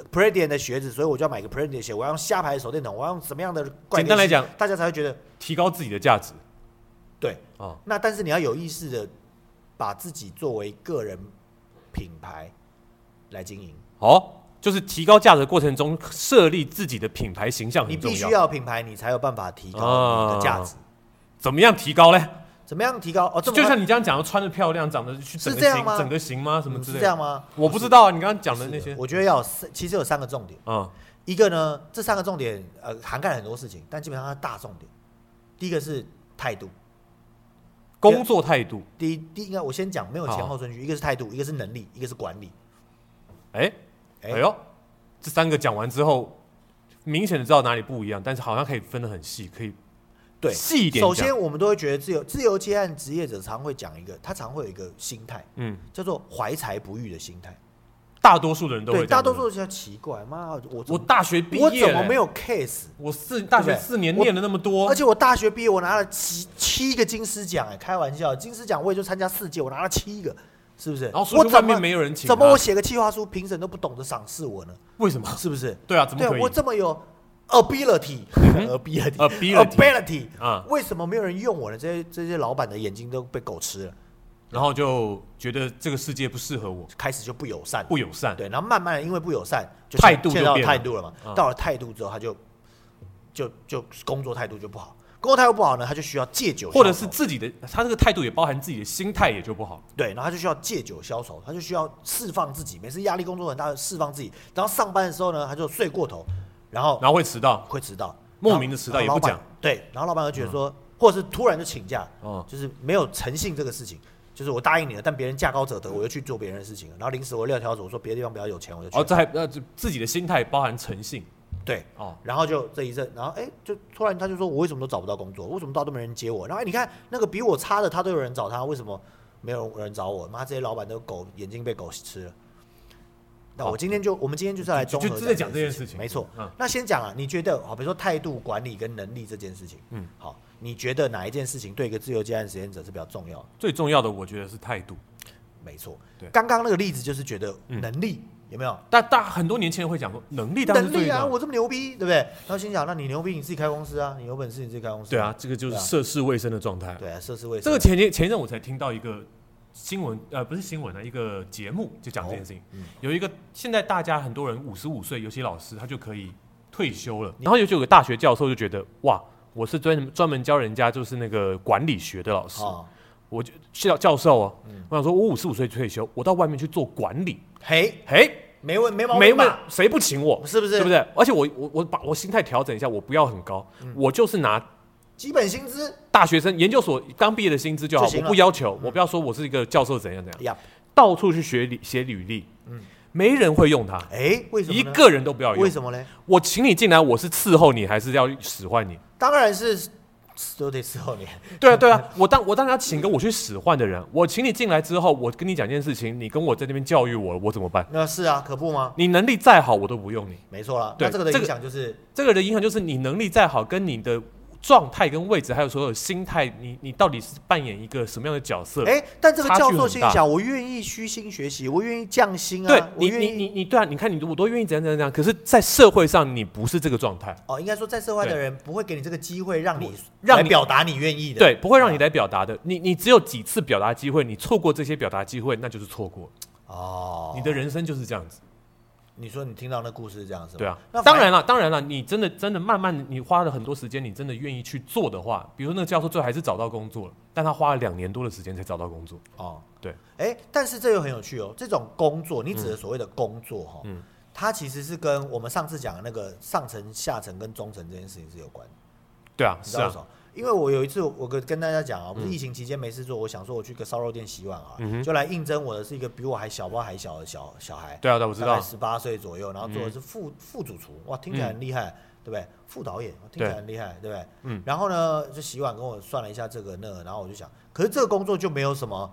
Speaker 2: p r e d i a n 的鞋子？所以我就要买一个 p r e d i a n 的鞋，我要用虾牌的手电筒，我要用什么样的怪
Speaker 1: 简单来
Speaker 2: 电器？
Speaker 1: 讲，
Speaker 2: 大家才会觉得
Speaker 1: 提高自己的价值
Speaker 2: 对。
Speaker 1: 啊，
Speaker 2: 那但是你要有意识的把自己作为个人品牌来经营，
Speaker 1: 哦，就是提高价值的过程中设立自己的品牌形象
Speaker 2: 你
Speaker 1: 很重
Speaker 2: 必须
Speaker 1: 要。啊
Speaker 2: 要有品牌，你才有办法提高你的价值。
Speaker 1: 怎么样提高嘞？
Speaker 2: 怎么样提高？哦，这么
Speaker 1: 就像你这样讲，穿的漂亮，长得去整
Speaker 2: 是
Speaker 1: 个
Speaker 2: 这样
Speaker 1: 型
Speaker 2: 吗
Speaker 1: 整个型吗？什么
Speaker 2: 嗯
Speaker 1: 之
Speaker 2: 是
Speaker 1: 类
Speaker 2: 这样吗？
Speaker 1: 我不知道啊，你刚刚讲的那
Speaker 2: 是
Speaker 1: 些，
Speaker 2: 我觉得要有三，其实有三个重点。
Speaker 1: 嗯，
Speaker 2: 一个呢，这三个重点呃涵盖了很多事情，但基本上它是大重点。第一个是态度，
Speaker 1: 工作态度，
Speaker 2: 第一第一应该我先讲没有前
Speaker 1: 好
Speaker 2: 后顺序，一个是态度，一个是能力，一个是管理。
Speaker 1: 哎，
Speaker 2: 哎
Speaker 1: 哎呦，这三个讲完之后，明显的知道哪里不一样，但是好像可以分得很细，可以
Speaker 2: 对
Speaker 1: 细一点。
Speaker 2: 首，先，我们都会觉得自由自由接案职业者常会讲一个，他常会有一个心态，
Speaker 1: 嗯，
Speaker 2: 叫做怀才不遇的心态。
Speaker 1: 大多数的人都会
Speaker 2: 对，
Speaker 1: 这样
Speaker 2: 大多
Speaker 1: 子
Speaker 2: 数人觉得奇怪，妈，我怎
Speaker 1: 我
Speaker 2: 么
Speaker 1: 大学毕业，
Speaker 2: 我怎么没？有 case？
Speaker 1: 我四大
Speaker 2: 对
Speaker 1: 学
Speaker 2: 不对
Speaker 1: 四年
Speaker 2: 我
Speaker 1: 念了那么多，
Speaker 2: 而且我大学毕业，我拿了七七个金狮奖，哎，开玩笑，金狮奖我也就参加四届，我拿了七个，是不是？
Speaker 1: 然后出
Speaker 2: 我
Speaker 1: 去
Speaker 2: 怎
Speaker 1: 外面
Speaker 2: 么
Speaker 1: 没有人请他，
Speaker 2: 怎么我写个企划书，评审都不懂得赏识我呢？
Speaker 1: 为什么？
Speaker 2: 是不是？
Speaker 1: 对啊，怎么
Speaker 2: 对啊
Speaker 1: 可以嗯
Speaker 2: 我？这么有 ability ability
Speaker 1: Ability
Speaker 2: ability
Speaker 1: 啊，
Speaker 2: 为什么没有人用我呢？这些这些老板的眼睛都被狗吃了，
Speaker 1: 然后就觉得这个世界不适合我，
Speaker 2: 开始就不友善，
Speaker 1: 不友善。
Speaker 2: 对，然后慢慢的因为不友善，就
Speaker 1: 态度就
Speaker 2: 见到
Speaker 1: 变了
Speaker 2: 态度了嘛。
Speaker 1: 嗯
Speaker 2: 到了态度之后，他就就就工作态度就不好，工作态度不好呢，他就需要借酒消愁，
Speaker 1: 或者是自己的，他这个态度也包含自己的心态也就不好。
Speaker 2: 对，然后他就需要借酒消愁，他就需要释放自己。每次压力工作很大，释放自己。然后上班的时候呢，他就睡过头，然后
Speaker 1: 然后会迟到，
Speaker 2: 会迟到，
Speaker 1: 莫名的迟到
Speaker 2: 然后
Speaker 1: 也不
Speaker 2: 老板对，然后老板就觉得说，或者是突然就请假，
Speaker 1: 嗯，
Speaker 2: 就是没有诚信这个事情。就是我答应你了，但别人价高者得，我又去做别人的事情了。然后临时我撂挑子，我说别的地方比较有钱，我就去。
Speaker 1: 哦，这还呃这自己的心态包含诚信
Speaker 2: 对，
Speaker 1: 哦，
Speaker 2: 然后就这一阵，然后哎，就突然他就说，我为什么都找不到工作？为什么到都没人接我？然后哎，你看那个比我差的，他都有人找他，为什么没有人找我？妈，这些老板都狗眼睛被狗吃了。那我
Speaker 1: 好
Speaker 2: 今天就，我们今天就是要来
Speaker 1: 哦就
Speaker 2: 综
Speaker 1: 就
Speaker 2: 合
Speaker 1: 就在讲这
Speaker 2: 件
Speaker 1: 件事情
Speaker 2: 没错。
Speaker 1: 嗯
Speaker 2: 那先讲啊，你觉得好，比如说态度管理跟能力这件事情，
Speaker 1: 嗯，
Speaker 2: 好，你觉得哪一件事情对一个自由接案实验者是比较重要的？
Speaker 1: 最重要的我觉得是态度。
Speaker 2: 没错，
Speaker 1: 对
Speaker 2: 刚刚那个例子就是觉得
Speaker 1: 嗯
Speaker 2: 能力、有没有？
Speaker 1: 但但很多年轻人会讲说，能力当然是
Speaker 2: 能
Speaker 1: 最
Speaker 2: 力啊，
Speaker 1: 重要。
Speaker 2: 我这么牛逼，对不对？然后心想，那你牛逼，你自己开公司啊，你有本事你自己开公司。
Speaker 1: 对啊，，这个就是
Speaker 2: 对啊
Speaker 1: 涉世未深的状态。
Speaker 2: 对啊，涉世未深
Speaker 1: 这个前前前阵我才听到一个新闻，呃，不是新闻啊，一个节目就讲这件事情。
Speaker 2: 哦嗯
Speaker 1: 有一个现在大家很多人五十五岁，尤其老师，他就可以退休了，然后就有个大学教授就觉得哇，我是专专门教人家就是那个管理学的老师，
Speaker 2: 哦，
Speaker 1: 我就教教授啊，我想说我五十五岁退休，我到外面去做管理，
Speaker 2: 嘿，
Speaker 1: 嘿，
Speaker 2: 没问没毛
Speaker 1: 没
Speaker 2: 病
Speaker 1: 问
Speaker 2: 吧？
Speaker 1: 谁不请我，
Speaker 2: 是不是
Speaker 1: 对不对？而且我我我把我心态调整一下，我不要很高，我就是拿
Speaker 2: 基本薪资
Speaker 1: 大学生研究所刚毕业的薪资就好，
Speaker 2: 就行
Speaker 1: 我
Speaker 2: 了嗯
Speaker 1: 不要求，我不要说我是一个教授怎样怎样，
Speaker 2: 呀，
Speaker 1: 到处去学履写履历，没人会用它，
Speaker 2: 哎，为什么
Speaker 1: 一
Speaker 2: 呢
Speaker 1: 个人都不要用
Speaker 2: 为。什么嘞？
Speaker 1: 我请你进来，我是伺候你，还是要使唤你？
Speaker 2: 当然是都得伺候你，
Speaker 1: 对啊，对啊， 我当我当然要请个我去使唤的人。我请你进来之后，我跟你讲一件事情，你跟我在那边教育我，我怎么办？
Speaker 2: 那是啊，可不吗？
Speaker 1: 你能力再好，我都不用你。
Speaker 2: 没错啦，
Speaker 1: 对
Speaker 2: 那这个的
Speaker 1: 这
Speaker 2: 影
Speaker 1: 个
Speaker 2: 响就是
Speaker 1: 这个的影响就是你能力再好，跟你的状态、跟位置，还有所有心态，你你到底是扮演一个什么样的角色？
Speaker 2: 哎、但这个
Speaker 1: 差距
Speaker 2: 教授
Speaker 1: 很
Speaker 2: 心
Speaker 1: 大
Speaker 2: 想，我愿意虚心学习，我愿意降薪啊，
Speaker 1: 对
Speaker 2: 我
Speaker 1: 你，
Speaker 2: 愿
Speaker 1: 你
Speaker 2: 意
Speaker 1: 你你对啊，你看你我都愿意怎样怎样怎样，可是，在社会上你不是这个状态，
Speaker 2: 哦，应该说在社会的
Speaker 1: 对
Speaker 2: 人不会给你这个机会，让你
Speaker 1: 让
Speaker 2: 来
Speaker 1: 你
Speaker 2: 表达你愿意的，
Speaker 1: 对，不会让你来表达的。你你只有几次表达机会，你错过这些表达机会，那就是错过。
Speaker 2: 哦，
Speaker 1: 你的人生就是这样子，
Speaker 2: 你说你听到那故事是这样是吗？
Speaker 1: 对啊
Speaker 2: 那。反
Speaker 1: 当然了，当然了，你真的真的慢慢，你花了很多时间，你真的愿意去做的话，比如那个教授最后还是找到工作了，但他花了两年多的时间才找到工作。
Speaker 2: 哦，
Speaker 1: 对，
Speaker 2: 哎，但是这又很有趣哦，这种工作，你指的所谓的工作哈、
Speaker 1: 嗯
Speaker 2: 它其实是跟我们上次讲的那个上层、下层跟中层这件事情是有关的，
Speaker 1: 对啊，
Speaker 2: 你知
Speaker 1: 是
Speaker 2: 道为
Speaker 1: 啊嗯
Speaker 2: 什，么？因为我有一次，我跟跟大家讲啊，我们疫情期间没事做，我想说我去个烧肉店洗碗啊，就来应征我的是一个比我还小包还小的小小孩，
Speaker 1: 对啊，对啊，我知道。嗯
Speaker 2: 十八岁左右，然后做的是副、副主厨，哇，听起来很厉害，对不对？副导演听起来很厉害，对不对？
Speaker 1: 嗯。
Speaker 2: 然后呢，就洗碗跟我算了一下这个那个，然后我就想，可是这个工作就没有什么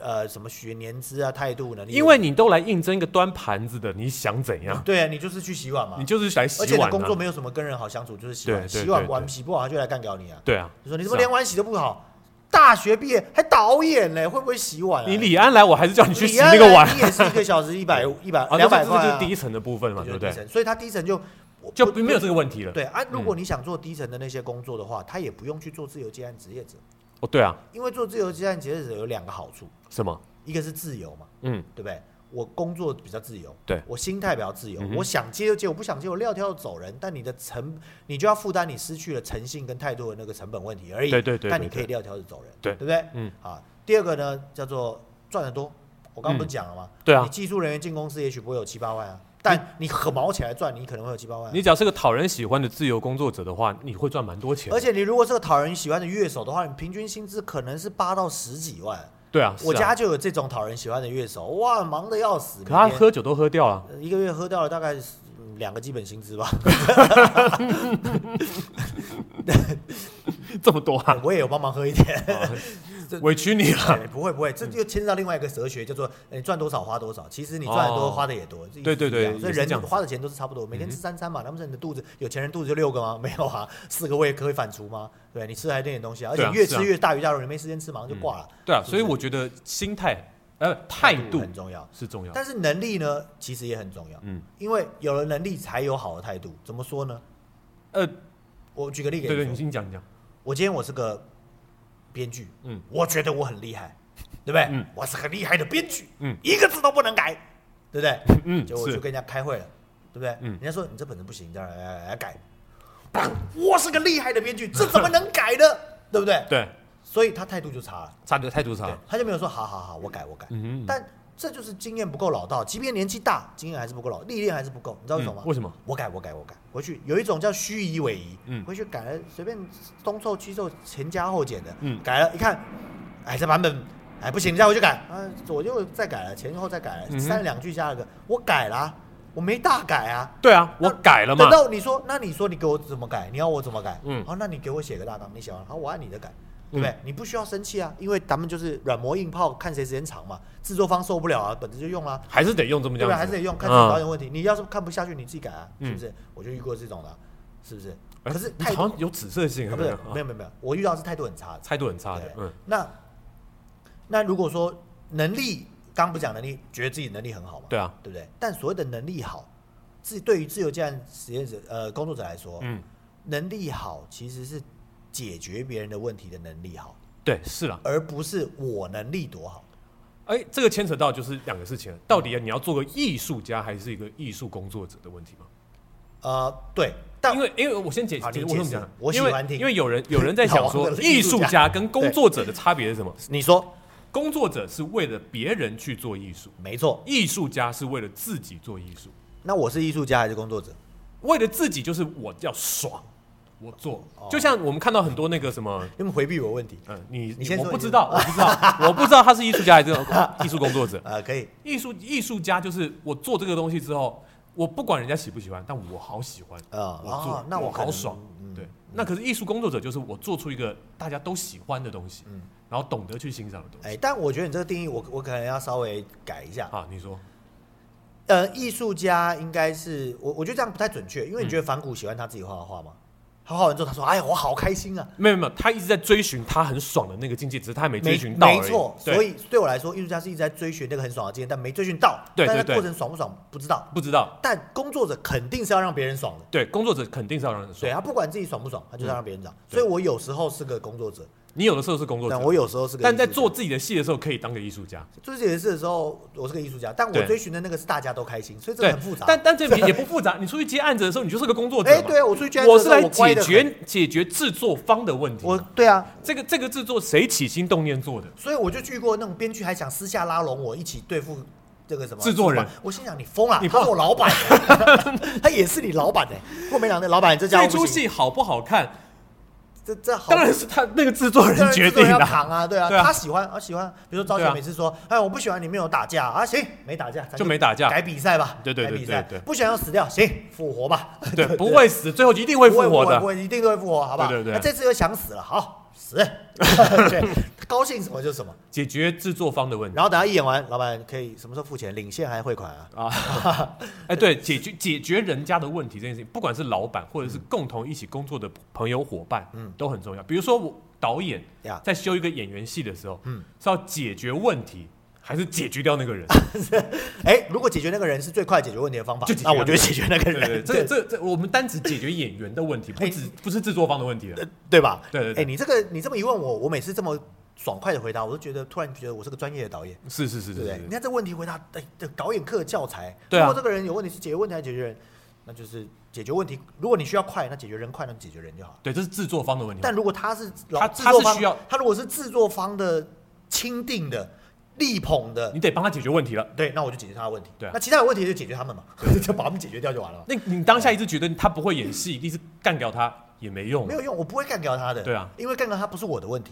Speaker 2: 呃什么学年资啊、态度能力，
Speaker 1: 因为你都来应征一个端盘子的，你想怎样？
Speaker 2: 对啊，你就是去洗碗嘛，
Speaker 1: 你就是来洗
Speaker 2: 而且你
Speaker 1: 碗、啊、
Speaker 2: 的工作没有什么跟人好相处，就是洗碗，
Speaker 1: 对对
Speaker 2: 洗碗
Speaker 1: 对
Speaker 2: 碗
Speaker 1: 对
Speaker 2: 洗不好他就来干掉你啊，
Speaker 1: 对啊，
Speaker 2: 就说你
Speaker 1: 是
Speaker 2: 怎么
Speaker 1: 啊
Speaker 2: 连碗洗都不好，大学毕业还导演呢，会不会洗碗、啊？
Speaker 1: 你李安来，我还是叫你去洗
Speaker 2: 李
Speaker 1: 那
Speaker 2: 安
Speaker 1: 个碗
Speaker 2: 你也是一个小时一 百一百
Speaker 1: 啊，那
Speaker 2: 两百
Speaker 1: 这
Speaker 2: 块
Speaker 1: 这就
Speaker 2: 啊
Speaker 1: 是第一层的部分嘛，对不
Speaker 2: 就是低
Speaker 1: 对？
Speaker 2: 层，所以他低层就我
Speaker 1: 就
Speaker 2: 不
Speaker 1: 没有这个问题了。
Speaker 2: 对啊，如
Speaker 1: 嗯
Speaker 2: 果你想做低层的那些工作的话，他也不用去做自由接案职业者，
Speaker 1: 哦，对啊，
Speaker 2: 因为做自由接案职业者有两个好处，
Speaker 1: 什么？
Speaker 2: 一个是自由嘛，
Speaker 1: 嗯，
Speaker 2: 对不对？我工作比较自由，
Speaker 1: 对
Speaker 2: 我心态比较自由，
Speaker 1: 嗯哼
Speaker 2: 我想接就接，我不想接我撂挑子走人。但你的成，你就要负担你失去了诚信跟态度的那个成本问题而已。
Speaker 1: 对对对
Speaker 2: 但
Speaker 1: 对
Speaker 2: 你可以
Speaker 1: 对
Speaker 2: 撂挑子走人，
Speaker 1: 对
Speaker 2: 对不对？
Speaker 1: 嗯。
Speaker 2: 啊，第二个呢叫做赚得多，我刚刚不是讲了吗？
Speaker 1: 对啊嗯
Speaker 2: 你技术人员进公司也许不会有七八万啊，但你很毛起来赚，你可能会有七八万啊、
Speaker 1: 你只要是个讨人喜欢的自由工作者的话，你会赚蛮多钱
Speaker 2: 而。且你如果是个讨人喜欢的乐手的话，你平均薪资可能是八到十几万。
Speaker 1: 对啊，
Speaker 2: 我
Speaker 1: 是啊
Speaker 2: 家就有这种讨人喜欢的乐手，哇，忙得要死。
Speaker 1: 可他
Speaker 2: 每天
Speaker 1: 喝酒都喝掉了。
Speaker 2: 呃一个月喝掉了大概是嗯两个基本薪资吧。
Speaker 1: 这么多啊，
Speaker 2: 我也有帮忙喝一点，
Speaker 1: 委屈你了。
Speaker 2: 哎不会不会，这就牵扯到另外一个哲学，叫做呃你赚多少花多少。其实你赚的多，
Speaker 1: 嗯哦
Speaker 2: 花的也多。这意思
Speaker 1: 对对
Speaker 2: 是一样
Speaker 1: 对也
Speaker 2: 所以
Speaker 1: 是这
Speaker 2: 人
Speaker 1: 样子嗯
Speaker 2: 花的钱都是差不多，每天吃三餐嘛。那不是你的肚子，有钱人肚子就六个吗？ 没有啊，四个胃可以反刍吗？对，你吃还那点东西啊，而且
Speaker 1: 对啊
Speaker 2: 越
Speaker 1: 是
Speaker 2: 吃
Speaker 1: 啊
Speaker 2: 越大鱼大肉，你没时间吃，马上就挂了。
Speaker 1: 对啊，
Speaker 2: 是不是
Speaker 1: 所以我觉得心态呃态度
Speaker 2: 很重要。
Speaker 1: 是重要的。
Speaker 2: 但是能力呢，其实也很重要。
Speaker 1: 啊嗯，
Speaker 2: 因为有了能力，才有好的态度。怎么说呢？
Speaker 1: 呃，
Speaker 2: 我举个例给
Speaker 1: 对
Speaker 2: 你
Speaker 1: 对，
Speaker 2: 说
Speaker 1: 你先讲你讲。
Speaker 2: 我今天我是个编剧，
Speaker 1: 嗯，
Speaker 2: 我觉得我很厉害，对不对？
Speaker 1: 嗯
Speaker 2: 我是很厉害的编剧，
Speaker 1: 嗯，
Speaker 2: 一个字都不能改，对不对？
Speaker 1: 嗯，
Speaker 2: 结果我 去
Speaker 1: 是
Speaker 2: 跟人家开会了，对不对？
Speaker 1: 嗯
Speaker 2: 人家说你这本子不行，这样来来来改。砰我是个厉害的编剧，这怎么能改呢？对不对？
Speaker 1: 对，
Speaker 2: 所以他态度就差了，
Speaker 1: 差态度差
Speaker 2: 对，他就没有说好好好，我改我改。
Speaker 1: 嗯
Speaker 2: 但这就是经验不够老道，即便年纪大，经验还是不够老，历练还是不够。你知道为什么吗？
Speaker 1: 嗯为什么？
Speaker 2: 我改，我改，我改，回去有一种叫虚以委蛇，
Speaker 1: 嗯
Speaker 2: 回去改了，随便东凑西凑，前加后减的，
Speaker 1: 嗯
Speaker 2: 改了，一看，哎，这版本，哎，不行，你再回去改，啊，左右再改了，前后再改了，
Speaker 1: 嗯哼
Speaker 2: 三两句加了个，我改啦、我没大改啊。
Speaker 1: 对啊，
Speaker 2: 那
Speaker 1: 我改了嘛
Speaker 2: 等。到你说，那你说你给我怎么改？你要我怎么改？嗯
Speaker 1: 嗯，
Speaker 2: 好，那你给我写个大纲，你写完，好，我按你的改，对不对？你不需要生气啊，因为咱们就是软磨硬泡，看谁时间长嘛。制作方受不了啊，本子就用啦、
Speaker 1: 还是得用这么
Speaker 2: 对
Speaker 1: 这
Speaker 2: 不对？
Speaker 1: 样
Speaker 2: 啊还
Speaker 1: 子，
Speaker 2: 是得用，看谁
Speaker 1: 嗯
Speaker 2: 导演问题。你要是看不下去，你自己改啊，是不是？我就遇过这种的啊，是不是？
Speaker 1: 哎
Speaker 2: 可是
Speaker 1: 你
Speaker 2: 态度
Speaker 1: 好像有指涉性，
Speaker 2: 啊不是，没
Speaker 1: 有
Speaker 2: 有没有没有，我遇到的是态度很差的。
Speaker 1: 态度很差的
Speaker 2: 对，
Speaker 1: 嗯，
Speaker 2: 那那如果说能力，刚不讲能力，觉得自己能力很好嘛？
Speaker 1: 对啊，
Speaker 2: 对不对？但所谓的能力好，自对于自由接案实验者呃工作者来说，
Speaker 1: 嗯，
Speaker 2: 能力好其实是解决别人的问题的能力好，
Speaker 1: 对，是啦。嗯
Speaker 2: 而不是我能力多好。
Speaker 1: 哎，这个牵扯到就是两个事情了，到底你要做个艺术家还是一个艺术工作者的问题嘛？
Speaker 2: 呃，对，但
Speaker 1: 因为因为我先解
Speaker 2: 好
Speaker 1: 解释
Speaker 2: 你
Speaker 1: 我怎么
Speaker 2: 解释
Speaker 1: 讲，
Speaker 2: 我喜
Speaker 1: 因为
Speaker 2: 欢听
Speaker 1: 因为有人有人在
Speaker 2: 老
Speaker 1: 想
Speaker 2: 王
Speaker 1: 说
Speaker 2: 的，艺
Speaker 1: 艺
Speaker 2: 术
Speaker 1: 术
Speaker 2: 家
Speaker 1: 家跟工作者的差别是什么？
Speaker 2: 你说
Speaker 1: 工作者是为了别人去做艺术，
Speaker 2: 没错，
Speaker 1: 艺术家是为了自己做艺术。
Speaker 2: 那我是艺术家还是工作者？
Speaker 1: 为了自己，就是我要爽，我做
Speaker 2: 哦。
Speaker 1: 就像我们看到很多那个什么，
Speaker 2: 你们回避我问题
Speaker 1: 嗯，你
Speaker 2: 你先说
Speaker 1: 我不
Speaker 2: 你先
Speaker 1: 知道，我不知道，我不知道他是艺术家还是 艺术工作者。
Speaker 2: 啊、呃可以，
Speaker 1: 艺术艺术家就是我做这个东西之后，我不管人家喜不喜欢，但我好喜欢，
Speaker 2: 啊
Speaker 1: 我
Speaker 2: 啊
Speaker 1: 做，
Speaker 2: 那我嗯
Speaker 1: 我
Speaker 2: 可能
Speaker 1: 好爽。对，那可是艺术工作者就是我做出一个大家都喜欢的东西，
Speaker 2: 嗯
Speaker 1: 然后懂得去欣赏的东西。
Speaker 2: 哎，但我觉得你这个定义我，我可能要稍微改一下。
Speaker 1: 啊，你说
Speaker 2: 呃，艺术家应该是我，我觉得这样不太准确，因为你觉得
Speaker 1: 嗯
Speaker 2: 梵谷喜欢他自己画的画吗？他画完之后，他说：“哎呀，我好开心啊
Speaker 1: 没有没有，他一直在追寻他很爽的那个境界，只是他！”没追
Speaker 2: 没
Speaker 1: 寻到而已。
Speaker 2: 没错，
Speaker 1: 对
Speaker 2: 所以对我来说，艺术家是一直在追寻那个很爽的经验，但没追寻到。
Speaker 1: 对
Speaker 2: 但
Speaker 1: 对
Speaker 2: 是
Speaker 1: 对
Speaker 2: 过程爽不爽不知道，
Speaker 1: 不知道，
Speaker 2: 但工作者肯定是要让别人爽的。
Speaker 1: 对工作者肯定是要让人爽
Speaker 2: 对。他不管自己爽不爽，他就是要让别人爽。
Speaker 1: 对
Speaker 2: 所以我有时候是个工作者，
Speaker 1: 你有的时候是工作者
Speaker 2: 但，我有时候是个艺术
Speaker 1: 但
Speaker 2: 家。
Speaker 1: 在做自己的戏的时候，可以当个艺术家。
Speaker 2: 做这件事的时候，我是个艺术家，但我
Speaker 1: 对
Speaker 2: 追寻的那个是大家都开心，所以这个
Speaker 1: 对
Speaker 2: 很复杂。，
Speaker 1: 但但这也不复杂。你出去接案子的时候，你就是个工作者
Speaker 2: 哎，
Speaker 1: 嘛
Speaker 2: 对啊，我出去见
Speaker 1: 我
Speaker 2: 的时
Speaker 1: 是
Speaker 2: 候
Speaker 1: 来
Speaker 2: 乖
Speaker 1: 解
Speaker 2: 得很
Speaker 1: 决解决制作方的问题嘛。
Speaker 2: 我对啊，
Speaker 1: 这个这个制作谁起心动念做的？
Speaker 2: 所以我就遇过那种编剧还想私下拉拢我一起对付这个什么
Speaker 1: 制作人
Speaker 2: 主管我心想你疯了，
Speaker 1: 你
Speaker 2: 他
Speaker 1: 疯
Speaker 2: 是我老 板，他也是你老板呢、后面两的老板这家伙
Speaker 1: 这
Speaker 2: 不
Speaker 1: 出
Speaker 2: 行，
Speaker 1: 戏好不好看，
Speaker 2: 这这好
Speaker 1: 当然是他那个制作人决定
Speaker 2: 当然制作人要
Speaker 1: 的。
Speaker 2: 扛啊，对啊，
Speaker 1: 对啊
Speaker 2: 他喜欢啊喜欢，比如说赵
Speaker 1: 对
Speaker 2: 雪
Speaker 1: 啊
Speaker 2: 每次说，哎我不喜欢里面有打架啊，行没打架咱
Speaker 1: 就没打架
Speaker 2: 改比赛吧，
Speaker 1: 对对对
Speaker 2: 改比赛
Speaker 1: 对对对
Speaker 2: 不想要死掉，行复活吧，
Speaker 1: 对，不会死，最后一 定会复活
Speaker 2: 不
Speaker 1: 的。
Speaker 2: 会，不会一定都会复活，好不好？
Speaker 1: 对对对
Speaker 2: 那这次又想死了，好 死，对，他高兴什么就是什么。
Speaker 1: 解决制作方的问题
Speaker 2: 然后等他一演完，老板可以什么时候付钱？领现还是汇款啊？
Speaker 1: 啊，哎，对，解决解决人家的问题这件事情，不管是老板或者是共同一起工作的朋友伙伴，
Speaker 2: 嗯
Speaker 1: 嗯，都很重要。比如说我导演
Speaker 2: 呀
Speaker 1: 在修一个演员戏的时候，
Speaker 2: 嗯
Speaker 1: 嗯，是要解决问题，还是解决掉那个人？
Speaker 2: 哎，如果解决那个人是最快解决问题的方法
Speaker 1: 就，解决
Speaker 2: 那我
Speaker 1: 那个
Speaker 2: 就解决那个
Speaker 1: 对对，对
Speaker 2: 人，
Speaker 1: 这这这，我们单只解决演员的问题，
Speaker 2: 哎
Speaker 1: 不只不是制作方的问题了。
Speaker 2: 呃对吧？
Speaker 1: 对对
Speaker 2: 哎，
Speaker 1: 对
Speaker 2: 你这个你这么一问我，我每次这么爽快的回答，我都觉得突然觉得我是个专业的导演，
Speaker 1: 是是是
Speaker 2: 对不
Speaker 1: 是
Speaker 2: 对？
Speaker 1: 是
Speaker 2: 你，看这问题回答，哎，这导演课的教材，
Speaker 1: 对啊
Speaker 2: 如果这个人有问题是解决问题还是解决人，那就是解决问题。如果你需要快，那解决人快，那就解决人就好了。
Speaker 1: 对，这是制作方的问题。
Speaker 2: 但如果他是
Speaker 1: 嗯
Speaker 2: 老
Speaker 1: 他
Speaker 2: 制
Speaker 1: 他
Speaker 2: 作
Speaker 1: 是
Speaker 2: 方
Speaker 1: 需要
Speaker 2: 他如果是制作方的钦定的力捧的
Speaker 1: 你，得帮他解决问题了。
Speaker 2: 对，那我就解决他的问题。
Speaker 1: 对啊
Speaker 2: 那其他有问题就解决他们嘛， 就把他们解决掉就完了嘛。
Speaker 1: 那你当下一直觉得他不会演戏，一定是干掉他也没用
Speaker 2: 没。有用，我不会干掉他的。
Speaker 1: 对啊，
Speaker 2: 因为干掉他不是我的问题，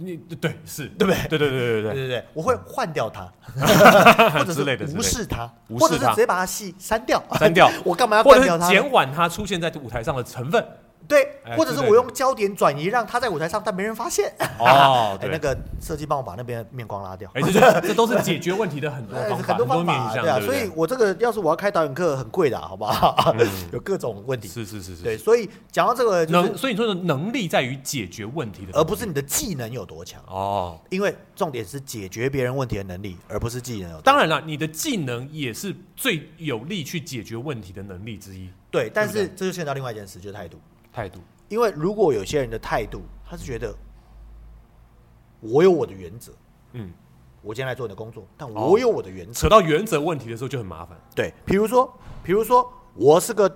Speaker 1: 你对是，
Speaker 2: 对不对？
Speaker 1: 对对对对
Speaker 2: 对
Speaker 1: 对，
Speaker 2: 对对，我会换掉他， 或者
Speaker 1: 之类的
Speaker 2: 是无视他，
Speaker 1: 之类的
Speaker 2: 或者
Speaker 1: 无视
Speaker 2: 是
Speaker 1: 他
Speaker 2: 直接把他戏删掉，
Speaker 1: 删掉
Speaker 2: 我干嘛要
Speaker 1: 或
Speaker 2: 干
Speaker 1: 者
Speaker 2: 掉他
Speaker 1: 是
Speaker 2: 呢？
Speaker 1: 减缓他出现在舞台上的成 分。
Speaker 2: 对，
Speaker 1: 哎
Speaker 2: 或者是
Speaker 1: 之类的
Speaker 2: 我用焦点转移，让他在舞台上，但没人发现。
Speaker 1: 哦
Speaker 2: 哎
Speaker 1: 对
Speaker 2: 那个设计帮我把那边的面光拉掉。
Speaker 1: 哎，这就是这都是解决问题的很多
Speaker 2: 哎
Speaker 1: 方法，
Speaker 2: 很
Speaker 1: 很多面
Speaker 2: 方法，
Speaker 1: 向，
Speaker 2: 啊，
Speaker 1: 不
Speaker 2: 所以我这个要是我要开导演课，很贵的啊，好不好？ 有各种问题。
Speaker 1: 嗯是是是是，
Speaker 2: 对，所以讲到这个，就是
Speaker 1: 能，所以你说的能力在于解决问题的能力，
Speaker 2: 而不是你的技能有多强。
Speaker 1: 哦。
Speaker 2: 因为重点是解决别人问题的能力，而不是技能有多。
Speaker 1: 当然了，你的技能也是最有力去解决问题的能力之一，
Speaker 2: 对，但是
Speaker 1: 对
Speaker 2: 这就牵扯到另外一件事，就是态度。
Speaker 1: 态度。
Speaker 2: 因为如果有些人的态度，他是觉得我有我的原则，
Speaker 1: 嗯，
Speaker 2: 我今天来做你的工作，但
Speaker 1: 哦
Speaker 2: 我有我的原则。
Speaker 1: 扯到原则问题的时候就很麻烦。
Speaker 2: 对，比如说，比如说我是个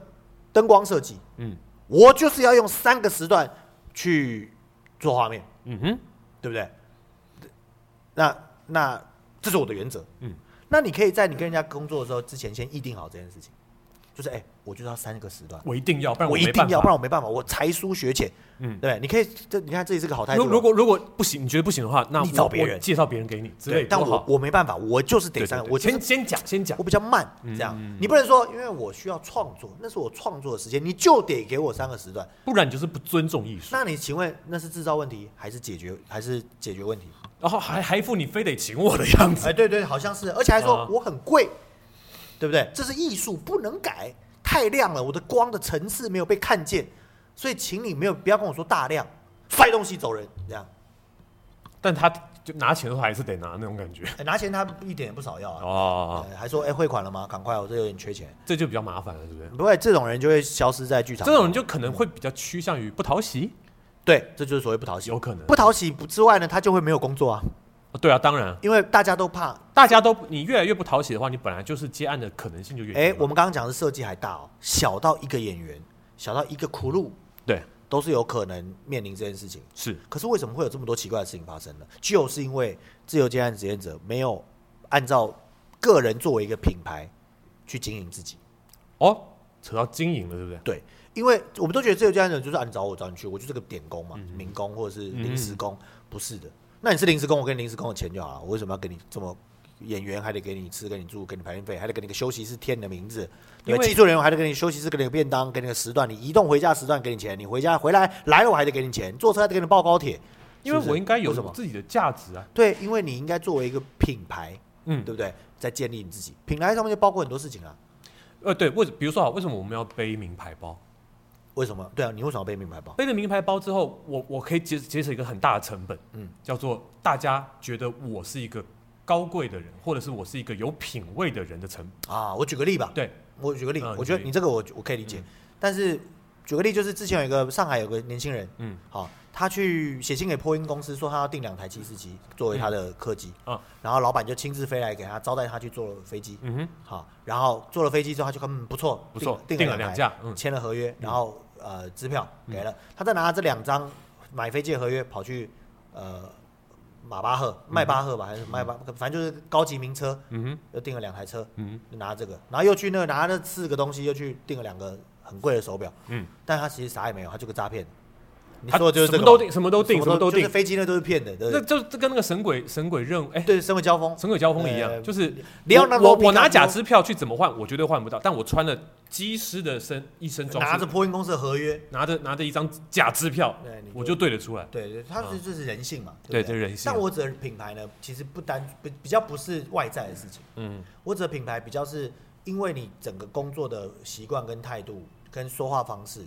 Speaker 2: 灯光设计，
Speaker 1: 嗯
Speaker 2: 我就是要用三个时段去做画面，
Speaker 1: 嗯哼，
Speaker 2: 对不对？那那这是我的原则。
Speaker 1: 嗯，
Speaker 2: 那你可以在你跟人家工作的时候之前先议定好这件事情，就是哎、我就是要三个时段，
Speaker 1: 我一定要，不然
Speaker 2: 我一
Speaker 1: 没办
Speaker 2: 定
Speaker 1: 法。
Speaker 2: 要，不然我没办法，我才疏学浅。
Speaker 1: 嗯
Speaker 2: 对不对，你可以这你看这也是个好态度
Speaker 1: 如
Speaker 2: 哦。
Speaker 1: 如果如果不行，你觉得不行的话，那
Speaker 2: 你
Speaker 1: 我
Speaker 2: 找别人
Speaker 1: 我介绍别人给你之类
Speaker 2: 对，
Speaker 1: 的。
Speaker 2: 但
Speaker 1: 多
Speaker 2: 我
Speaker 1: 好
Speaker 2: 我没办法，我就是得
Speaker 1: 对
Speaker 2: 三
Speaker 1: 对
Speaker 2: 个，
Speaker 1: 对
Speaker 2: 我就
Speaker 1: 先
Speaker 2: 是
Speaker 1: 嗯先讲先讲
Speaker 2: 我，比较慢，这样你不能说因为我需要创作，那是我创作的时间，你就得给我三个时段。
Speaker 1: 不然你就是不尊重艺术。
Speaker 2: 那你请问那是制造问题还是解决还是解决问题？
Speaker 1: 然后还还一副你非得请我的样子。
Speaker 2: 哎，对对，好像是，而且还说
Speaker 1: 啊
Speaker 2: 我很贵，对不对？这是艺术，不能改，太亮了，我的光的层次没有被看见，所以请你没有不要跟我说大量，摔东西走人，这样。
Speaker 1: 但他就拿钱的时候还是得拿那种感觉。
Speaker 2: 哎，拿钱他一点也不少要啊，
Speaker 1: 哦，
Speaker 2: 哎还说哎汇款了吗？赶快，我这有点缺钱。
Speaker 1: 这就比较麻烦了，对不对？
Speaker 2: 不会，这种人就会消失在剧场。
Speaker 1: 这种人就可能会比较趋向于不讨喜，
Speaker 2: 对，这就是所谓不讨喜。
Speaker 1: 有可能
Speaker 2: 不讨喜不之外呢，他就会没有工作啊。
Speaker 1: 啊对啊，当然啊，
Speaker 2: 因为大家都怕。
Speaker 1: 大家都你越来越不讨喜的话，你本来就是接案的可能性就越低
Speaker 2: 哎、
Speaker 1: 嘛
Speaker 2: 我们刚刚讲的设计还大哦，小到一个演员，小到一个苦路，
Speaker 1: 对
Speaker 2: 都是有可能面临这件事情。
Speaker 1: 是
Speaker 2: 可是为什么会有这么多奇怪的事情发生呢？就是因为自由接案实验者没有按照个人作为一个品牌去经营自己。
Speaker 1: 哦，扯到经营了，对不对？
Speaker 2: 对，因为我们都觉得自由接案者就是啊，你找我找你去，我就是个点工
Speaker 1: 嗯
Speaker 2: 嘛，民工或者是临时工，不是的。那你是临时工，我给你临时工的钱就好了，我为什么要给你这么？演员还得给你吃，给你住，给你排练费，还得给你个休息室贴你的名字。对
Speaker 1: 因
Speaker 2: 吧，
Speaker 1: 为
Speaker 2: 技术人员还得给你休息室，给你个便当，给你个时段。你移动回家时段给你钱，你回家回来来了我还得给你钱，坐车还得给你报高铁。
Speaker 1: 因为
Speaker 2: 是不是
Speaker 1: 我应该有
Speaker 2: 为什么？
Speaker 1: 自己的价值啊，
Speaker 2: 对，因为你应该作为一个品牌，
Speaker 1: 嗯，
Speaker 2: 对不对？在建立你自己品牌上面就包括很多事情啊。
Speaker 1: 呃，对，为比如说啊，为什么我们要背名牌包？
Speaker 2: 为什么？对啊，你为什么要背名牌包？
Speaker 1: 背了名牌包之后，我我可以节节省一个很大的成本，
Speaker 2: 嗯
Speaker 1: 嗯，叫做大家觉得我是一个高贵的人，或者是我是一个有品味的人的成本。
Speaker 2: 啊，我举个例吧。
Speaker 1: 对，
Speaker 2: 我举个例，
Speaker 1: 嗯
Speaker 2: 我觉得
Speaker 1: 举嗯
Speaker 2: 你这个我我可以理解，但是举个例就是之前有一个上海有个年轻人，
Speaker 1: 嗯
Speaker 2: 好、他去写信给波音公司说他要订两台七四七作为他的客机，
Speaker 1: 嗯
Speaker 2: 然后老板就亲自飞来给他招待他去坐飞机，
Speaker 1: 嗯哼，
Speaker 2: 好，然后坐了飞机之后，他就看嗯不错，
Speaker 1: 不错
Speaker 2: 订
Speaker 1: 订了两
Speaker 2: 两台
Speaker 1: 架嗯
Speaker 2: 签了合约，然后呃支票给了，他再拿这两张买飞机的合约跑去呃马巴赫、迈巴赫吧，还是迈巴，反正就是高级名车，
Speaker 1: 嗯哼，
Speaker 2: 又订了两台车，
Speaker 1: 嗯
Speaker 2: 就拿这个，然后又去那个拿那四个东西，又去订了两个很贵的手表，
Speaker 1: 嗯，
Speaker 2: 但他其实啥也没有，他就个诈骗。你
Speaker 1: 他
Speaker 2: 说的就是
Speaker 1: 什
Speaker 2: 这个
Speaker 1: 么
Speaker 2: 嘛，
Speaker 1: 都定，什么都定，什么都
Speaker 2: 就是
Speaker 1: 定，
Speaker 2: 飞机那都是骗的，对不
Speaker 1: 那
Speaker 2: 对？
Speaker 1: 就这跟那个神鬼神鬼任务，哎、
Speaker 2: 对，身为交锋，
Speaker 1: 神鬼交锋一样，
Speaker 2: 呃
Speaker 1: 就是
Speaker 2: 你要
Speaker 1: 我
Speaker 2: 拿
Speaker 1: 我
Speaker 2: 罗
Speaker 1: 我拿
Speaker 2: 宾
Speaker 1: 假
Speaker 2: 汉
Speaker 1: 支票去怎么换，我绝对换不到，但我穿了机师的身一身装
Speaker 2: 拿
Speaker 1: 饰
Speaker 2: 着，波音公司的合约，
Speaker 1: 拿着拿着一张假支票
Speaker 2: 对你，就
Speaker 1: 我就对得出来。
Speaker 2: 对对，它
Speaker 1: 嗯
Speaker 2: 这这是人性嘛，
Speaker 1: 对
Speaker 2: 不
Speaker 1: 这是人性
Speaker 2: 但我指的品牌呢，其实不单不比较不是外在的事情，
Speaker 1: 嗯，
Speaker 2: 我指的品牌比较是因为你整个工作的习惯跟态度、跟说话方式、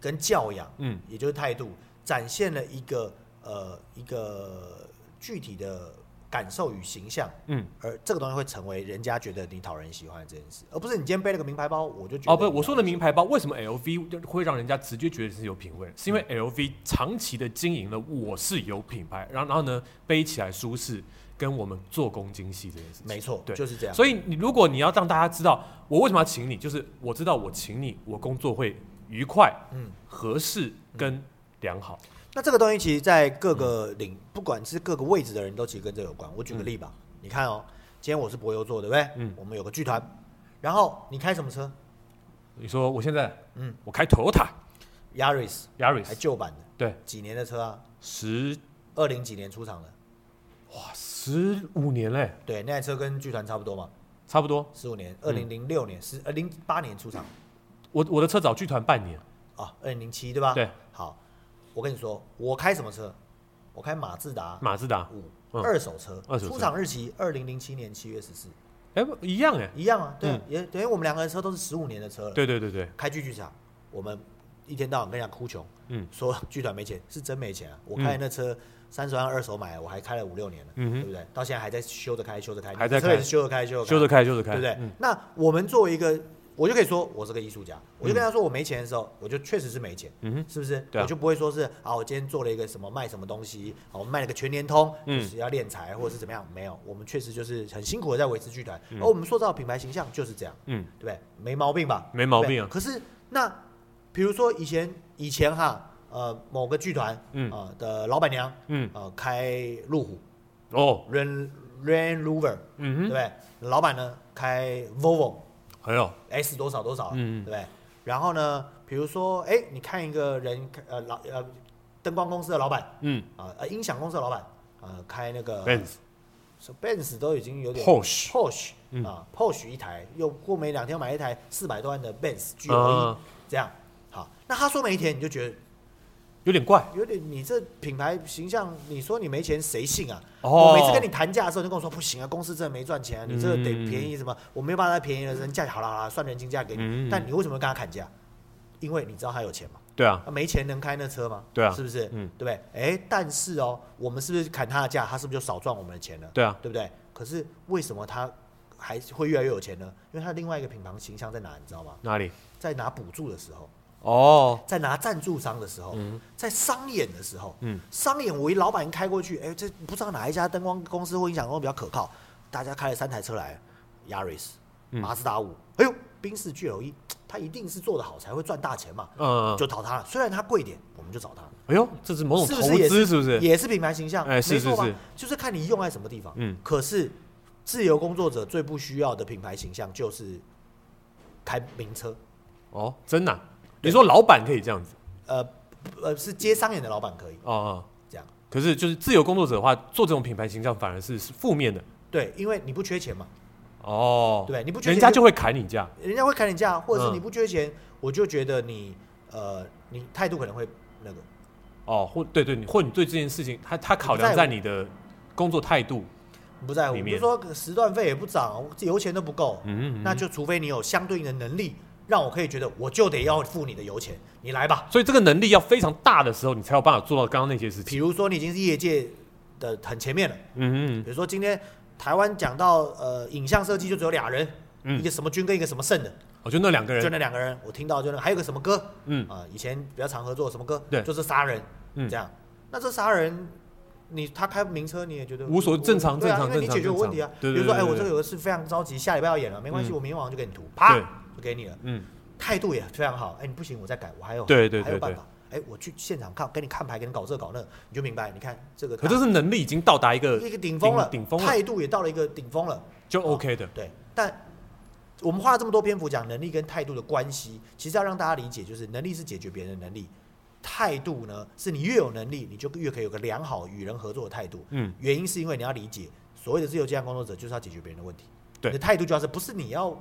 Speaker 2: 跟教养，
Speaker 1: 嗯，
Speaker 2: 也就是态度，展现了一个呃一个具体的感受与形象，
Speaker 1: 嗯，
Speaker 2: 而这个东西会成为人家觉得你讨人喜欢的这件事，而不是你今天背了个名牌包，我就觉得
Speaker 1: 哦，不，
Speaker 2: 你
Speaker 1: 我说
Speaker 2: 讨
Speaker 1: 的
Speaker 2: 人喜
Speaker 1: 名牌包为什么 LV 会让人家直接觉得是有品味？是因为
Speaker 2: 嗯
Speaker 1: LV 长期的经营了我是有品牌，然后然后呢背起来舒适，跟我们做工精细这件事
Speaker 2: 欢
Speaker 1: 情。
Speaker 2: 没错，
Speaker 1: 对
Speaker 2: 就是这样，
Speaker 1: 所以你如果你要让大家知道我为什么要请你，就是我知道我请你，我工作会愉快、
Speaker 2: 嗯。
Speaker 1: 合适跟良好。
Speaker 2: 那这个东西其实，在各个
Speaker 1: 嗯
Speaker 2: 领，不管是各个位置的人都其实跟这有关。我举个例吧，你看哦，今天我是博优座，对不对？
Speaker 1: 嗯
Speaker 2: 我们有个剧团，然后你开什么车
Speaker 1: 你说我现在，
Speaker 2: 嗯哎
Speaker 1: 嗯，我开 Toyota
Speaker 2: ？Yaris，还
Speaker 1: Yaris，
Speaker 2: 旧版的，
Speaker 1: 对，
Speaker 2: 几年的车啊？
Speaker 1: 十
Speaker 2: 二零几年出厂的，
Speaker 1: 哇十五年嘞，
Speaker 2: 对，那台车跟剧团差不多嘛，
Speaker 1: 差不多。
Speaker 2: 十五年，二零零六年，十呃零八年出厂
Speaker 1: 我我的车找剧团半年，
Speaker 2: 啊，二零零七对吧？
Speaker 1: 对，
Speaker 2: 好，我跟你说，我开什么车？我开马自达
Speaker 1: 马自达，
Speaker 2: 五，
Speaker 1: 嗯
Speaker 2: 二手车，
Speaker 1: 二手车
Speaker 2: 出厂日期二零零七年七月十四，
Speaker 1: 哎、一样哎、
Speaker 2: 一样啊，对啊
Speaker 1: 嗯，
Speaker 2: 也等于我们两个人车都是十五年的车了。
Speaker 1: 对对对对，
Speaker 2: 开剧剧场，我们一天到晚跟人家哭穷，
Speaker 1: 嗯，
Speaker 2: 说剧团没钱，是真没钱啊！我开的那车三十万二手买，我还开了五六年了，
Speaker 1: 嗯
Speaker 2: 对不对？到现在还在修着开，修着开，
Speaker 1: 还在
Speaker 2: 车也
Speaker 1: 开
Speaker 2: 是修着开，修着
Speaker 1: 修着开，修着开，
Speaker 2: 对不对
Speaker 1: 嗯？
Speaker 2: 那我们作为一个，我就可以说我是个艺术家，我就跟他说我没钱的时候，我就确实是没钱，
Speaker 1: 嗯哼
Speaker 2: 是不是？
Speaker 1: 对啊
Speaker 2: 我就不会说是啊，我今天做了一个什么卖什么东西，啊，我卖了个全年通，就
Speaker 1: 嗯
Speaker 2: 是要敛财或者是怎么样？没有，我们确实就是很辛苦的在维持剧团，而我们塑造品牌形象就是这样，
Speaker 1: 嗯，
Speaker 2: 对不对？没毛病吧？
Speaker 1: 没毛病啊
Speaker 2: 对可是那比如说以前以前哈，呃，某个剧团，
Speaker 1: 嗯
Speaker 2: 呃的老板娘，
Speaker 1: 嗯，
Speaker 2: 呃，开路虎
Speaker 1: 哦，
Speaker 2: Ran Ran Rover，对
Speaker 1: 嗯
Speaker 2: 不
Speaker 1: 哼，
Speaker 2: 对？老板呢开 Volvo
Speaker 1: 还有，
Speaker 2: S 多少多少，
Speaker 1: 嗯
Speaker 2: 对不对？然后呢，比如说，哎，你看一个人，呃，老呃，灯光公司的老板
Speaker 1: 嗯
Speaker 2: 啊，呃，音响公司的老板啊，开那个
Speaker 1: ，Benz
Speaker 2: So Benz 都已经有点
Speaker 1: Porsche
Speaker 2: Porsche
Speaker 1: 嗯
Speaker 2: 啊 Porsche 一台，又过没两天买一台四百多万的 Benz G 1
Speaker 1: 啊
Speaker 2: 这样好，那他说没钱，你就觉得
Speaker 1: 有点怪
Speaker 2: 有点你这品牌形象，你说你没钱谁信啊？
Speaker 1: 哦嗯
Speaker 2: 我每次跟你谈价的时候，你就跟我说不行啊，公司真的没赚钱啊，你这个得便宜什么，我没有办法再便宜了，人价好了好了，算人情价给你，
Speaker 1: 嗯
Speaker 2: 但你为什么要跟他砍价？因为你知道他有钱嘛，
Speaker 1: 对啊，
Speaker 2: 他没钱能开那车吗？
Speaker 1: 对啊
Speaker 2: 是不是？
Speaker 1: 嗯
Speaker 2: 对不对？哎，但是哦，我们是不是砍他的价，他是不是就少赚我们的钱了？
Speaker 1: 对啊，
Speaker 2: 对不对？可是为什么他还会越来越有钱呢？因为他另外一个品牌形象在哪，你知道吗？
Speaker 1: 哪里？
Speaker 2: 在拿补助的时候，
Speaker 1: 哦，
Speaker 2: 在拿赞助商的时候，在商演的时候，
Speaker 1: 嗯
Speaker 2: 商演我一老板开过去，哎、这不知道哪一家灯光公司或音响公司比较可靠，大家开了三台车来，Yaris、
Speaker 1: 嗯
Speaker 2: 马自达五，哎呦，宾士 GLE，他一定是做得好才会赚大钱嘛，
Speaker 1: 嗯，
Speaker 2: 就找他，虽然他贵点，我们就找他。
Speaker 1: 哎呦，这是某种
Speaker 2: 是
Speaker 1: 投
Speaker 2: 不是也
Speaker 1: 资，是不是？
Speaker 2: 也是品牌形象，
Speaker 1: 哎是
Speaker 2: 没错吧
Speaker 1: 是是
Speaker 2: 就是看你用在什么地方。
Speaker 1: 嗯
Speaker 2: 嗯，可是自由工作者最不需要的品牌形象就是开名车，
Speaker 1: 哦，真的啊、你说老板可以这样子
Speaker 2: 呃呃，是接商演的老板可以
Speaker 1: 哦哦，
Speaker 2: 这样，
Speaker 1: 可是就是自由工作者的话，做这种品牌形象反而是是负面的
Speaker 2: 对，因为你不缺钱嘛，
Speaker 1: 哦。
Speaker 2: 对你不觉得
Speaker 1: 人家就会砍你价
Speaker 2: 人家会砍你价，或者是
Speaker 1: 嗯
Speaker 2: 你不缺钱，我就觉得你呃，你态度可能会那个，
Speaker 1: 哦，或对对，你或你对这件事情，他他考
Speaker 2: 我不在
Speaker 1: 量
Speaker 2: 乎
Speaker 1: 在你的工作态度，
Speaker 2: 不在乎，
Speaker 1: 里
Speaker 2: 比
Speaker 1: 面
Speaker 2: 如说时段费也不涨，油钱都不够，
Speaker 1: 嗯，嗯
Speaker 2: 那就除非你有相对应的能力，让我可以觉得我就得要付你的油钱，你来吧。
Speaker 1: 所以这个能力要非常大的时候，你才有办法做到刚刚那些事
Speaker 2: 比
Speaker 1: 情。
Speaker 2: 如说你已经是业界的很前面了，
Speaker 1: 嗯嗯
Speaker 2: 比如说今天台湾讲到呃影像设计就只有俩人，
Speaker 1: 嗯
Speaker 2: 一个什么军跟一个什么胜的，
Speaker 1: 嗯，我觉得那两个
Speaker 2: 就
Speaker 1: 人，
Speaker 2: 那两个人，我听到就那还有个什么歌
Speaker 1: 嗯，
Speaker 2: 啊、以前比较常合作什么歌，
Speaker 1: 对
Speaker 2: 就是杀人，
Speaker 1: 嗯
Speaker 2: 这样，那这杀人。你他开名车，你也觉得
Speaker 1: 无所
Speaker 2: 我
Speaker 1: 正常
Speaker 2: 对啊，
Speaker 1: 正常
Speaker 2: 因为你
Speaker 1: 正常
Speaker 2: 解决我问题啊。
Speaker 1: 正常对对
Speaker 2: 比如说，哎，
Speaker 1: 对对
Speaker 2: 我这个有个事非常着急，下礼拜要演了，没关系，
Speaker 1: 嗯
Speaker 2: 我明天晚上就给你涂，啪
Speaker 1: 对
Speaker 2: 就给你了。
Speaker 1: 嗯，
Speaker 2: 态度也非常好，哎，你不行，我再改，我还有
Speaker 1: 对对
Speaker 2: 还有
Speaker 1: 对对
Speaker 2: 办法。哎，我去现场看，给你看牌，给你搞这搞那，你就明白。你看这个大，
Speaker 1: 可这是能力已经到达一个
Speaker 2: 一个呃顶峰了，
Speaker 1: 顶顶峰了，
Speaker 2: 态度也到了一个顶峰了，
Speaker 1: 就 OK 的。
Speaker 2: 对。但我们花了这么多篇幅讲能力跟态度的关系，其实要让大家理解，就是能力是解决别人的能力，态度呢是你越有能力，你就越可以有个良好与人合作的态度。
Speaker 1: 嗯，
Speaker 2: 原因是因为你要理解，所谓的自由接案工作者就是要解决别人的问题，
Speaker 1: 对
Speaker 2: 你的态度就要是不是你要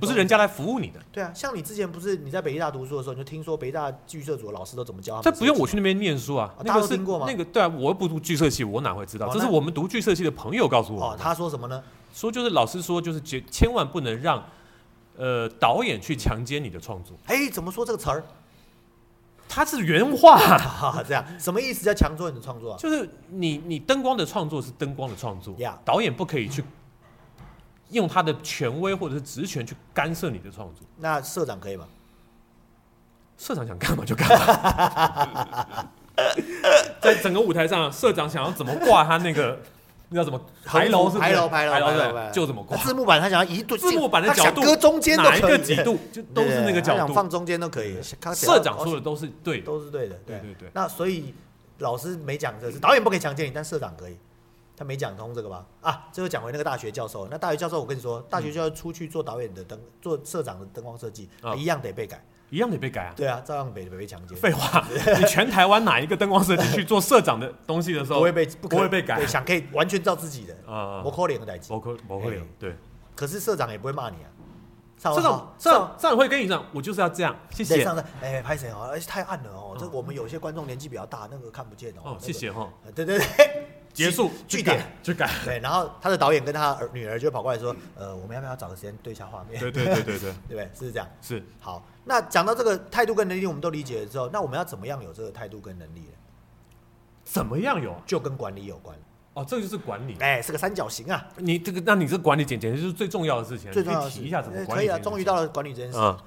Speaker 1: 不是人家来服务你的，
Speaker 2: 对啊？像你之前不是你在北医大读书的时候，你就听说北医大剧社组的老师都怎么教他们
Speaker 1: 这
Speaker 2: 设计，
Speaker 1: 不用我去那边念书啊
Speaker 2: 啊，
Speaker 1: 那
Speaker 2: 大家
Speaker 1: 个
Speaker 2: 都
Speaker 1: 是
Speaker 2: 听过吗
Speaker 1: 那个对啊，我又不读剧社系，我哪会知道？
Speaker 2: 哦
Speaker 1: 这是
Speaker 2: 那
Speaker 1: 我们读剧社系的朋友告诉我
Speaker 2: 哦。
Speaker 1: 们的。
Speaker 2: 他说什么呢？
Speaker 1: 说就是老师说就是绝千万不能让呃导演去强奸你的创作，
Speaker 2: 哎，怎么说这个词儿？
Speaker 1: 他是原话，
Speaker 2: 啊，这样什么意思？叫强做你的创作啊？
Speaker 1: 就是你你灯光的创作是灯光的创作
Speaker 2: Yeah
Speaker 1: 导演不可以去用他的权威或者是职权去干涉你的创作。
Speaker 2: 那社长可以吗？
Speaker 1: 社长想干嘛就干嘛， 在整个舞台上，社长想要怎么挂他那个，那叫什么牌楼是不是？
Speaker 2: 牌楼牌楼
Speaker 1: 牌
Speaker 2: 牌
Speaker 1: 楼
Speaker 2: 楼
Speaker 1: 对
Speaker 2: 牌楼
Speaker 1: 就怎么挂
Speaker 2: 那。字幕版他想要一度
Speaker 1: 字幕版的角度
Speaker 2: 他想搁中间都
Speaker 1: 哪一
Speaker 2: 可
Speaker 1: 个
Speaker 2: 以，
Speaker 1: 几度就都是那个
Speaker 2: 对他
Speaker 1: 角
Speaker 2: 想
Speaker 1: 度。
Speaker 2: 放中间都可以。他只要
Speaker 1: 社长说的都是对的，
Speaker 2: 都是对的，
Speaker 1: 对对对
Speaker 2: 那所以老师没讲这个是导演不可以强奸你，但社长可以。他没讲通这个吧？啊，最后讲回那个大学教授，那大学教授我跟你说，大学教授出去做导演的灯，做社长的灯光设计，
Speaker 1: 啊
Speaker 2: 一样得被改。
Speaker 1: 一样得被改啊。
Speaker 2: 对啊，照样被被强奸，
Speaker 1: 废话， 你全台湾哪一个灯光设计去做社长的东西的时候
Speaker 2: 不会被
Speaker 1: 不
Speaker 2: 可
Speaker 1: 会被改
Speaker 2: 对，想可以完全照自己的，
Speaker 1: 啊？
Speaker 2: 我扣脸的代志。
Speaker 1: 我可我会有
Speaker 2: 哎
Speaker 1: 对
Speaker 2: 可是社长也不会骂你啊，
Speaker 1: 社长社长社长会跟你讲，我就是要这样，谢
Speaker 2: 对，
Speaker 1: 谢
Speaker 2: 上次哎，拍谁哦？而且太暗了哦，这我们有些观众年纪比较大，那个看不见哦。那
Speaker 1: 哦，
Speaker 2: 个
Speaker 1: 谢。谢哈，
Speaker 2: 呃对对对，
Speaker 1: 结束去
Speaker 2: 据据
Speaker 1: 改
Speaker 2: 点。
Speaker 1: 去 改，
Speaker 2: 对，然后他的导演跟他儿女儿就跑过来说，呃，我们要不要找个时间对一下画面？
Speaker 1: 对对对对对，
Speaker 2: 对不对？是这样。
Speaker 1: 是
Speaker 2: 好，那讲到这个态度跟能力，我们都理解了之后，那我们要怎么样有这个态度跟能力呢？
Speaker 1: 怎么样有啊？
Speaker 2: 就跟管理有关。
Speaker 1: 哦，这个就是管理。
Speaker 2: 哎，是个三角形啊，
Speaker 1: 你这个，那你这管理简简直就是最重要的事情啊，
Speaker 2: 最重要的
Speaker 1: 你可
Speaker 2: 是
Speaker 1: 以提一下怎么
Speaker 2: 哎
Speaker 1: 管
Speaker 2: 可
Speaker 1: 理
Speaker 2: 以
Speaker 1: 这件
Speaker 2: 啊，
Speaker 1: 事情。
Speaker 2: 终于到了管理这件事。
Speaker 1: 嗯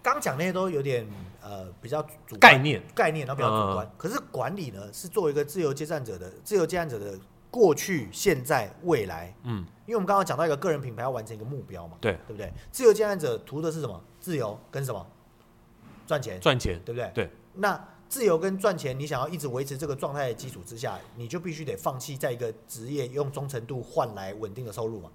Speaker 2: 刚讲那些都有点呃比较主观
Speaker 1: 概念，
Speaker 2: 概念，然后比较主
Speaker 1: 嗯
Speaker 2: 观。可是管理呢，是作为一个自由接战者的自由接战者的过去、现在、未来。
Speaker 1: 嗯，
Speaker 2: 因为我们刚刚讲到一个个人品牌要完成一个目标嘛，
Speaker 1: 对
Speaker 2: 对不对？自由接战者图的是什么？自由跟什么？赚钱，
Speaker 1: 赚钱，
Speaker 2: 对不对？
Speaker 1: 对。
Speaker 2: 那自由跟赚钱，你想要一直维持这个状态的基础之下，你就必须得放弃在一个职业用忠诚度换来稳定的收入嘛。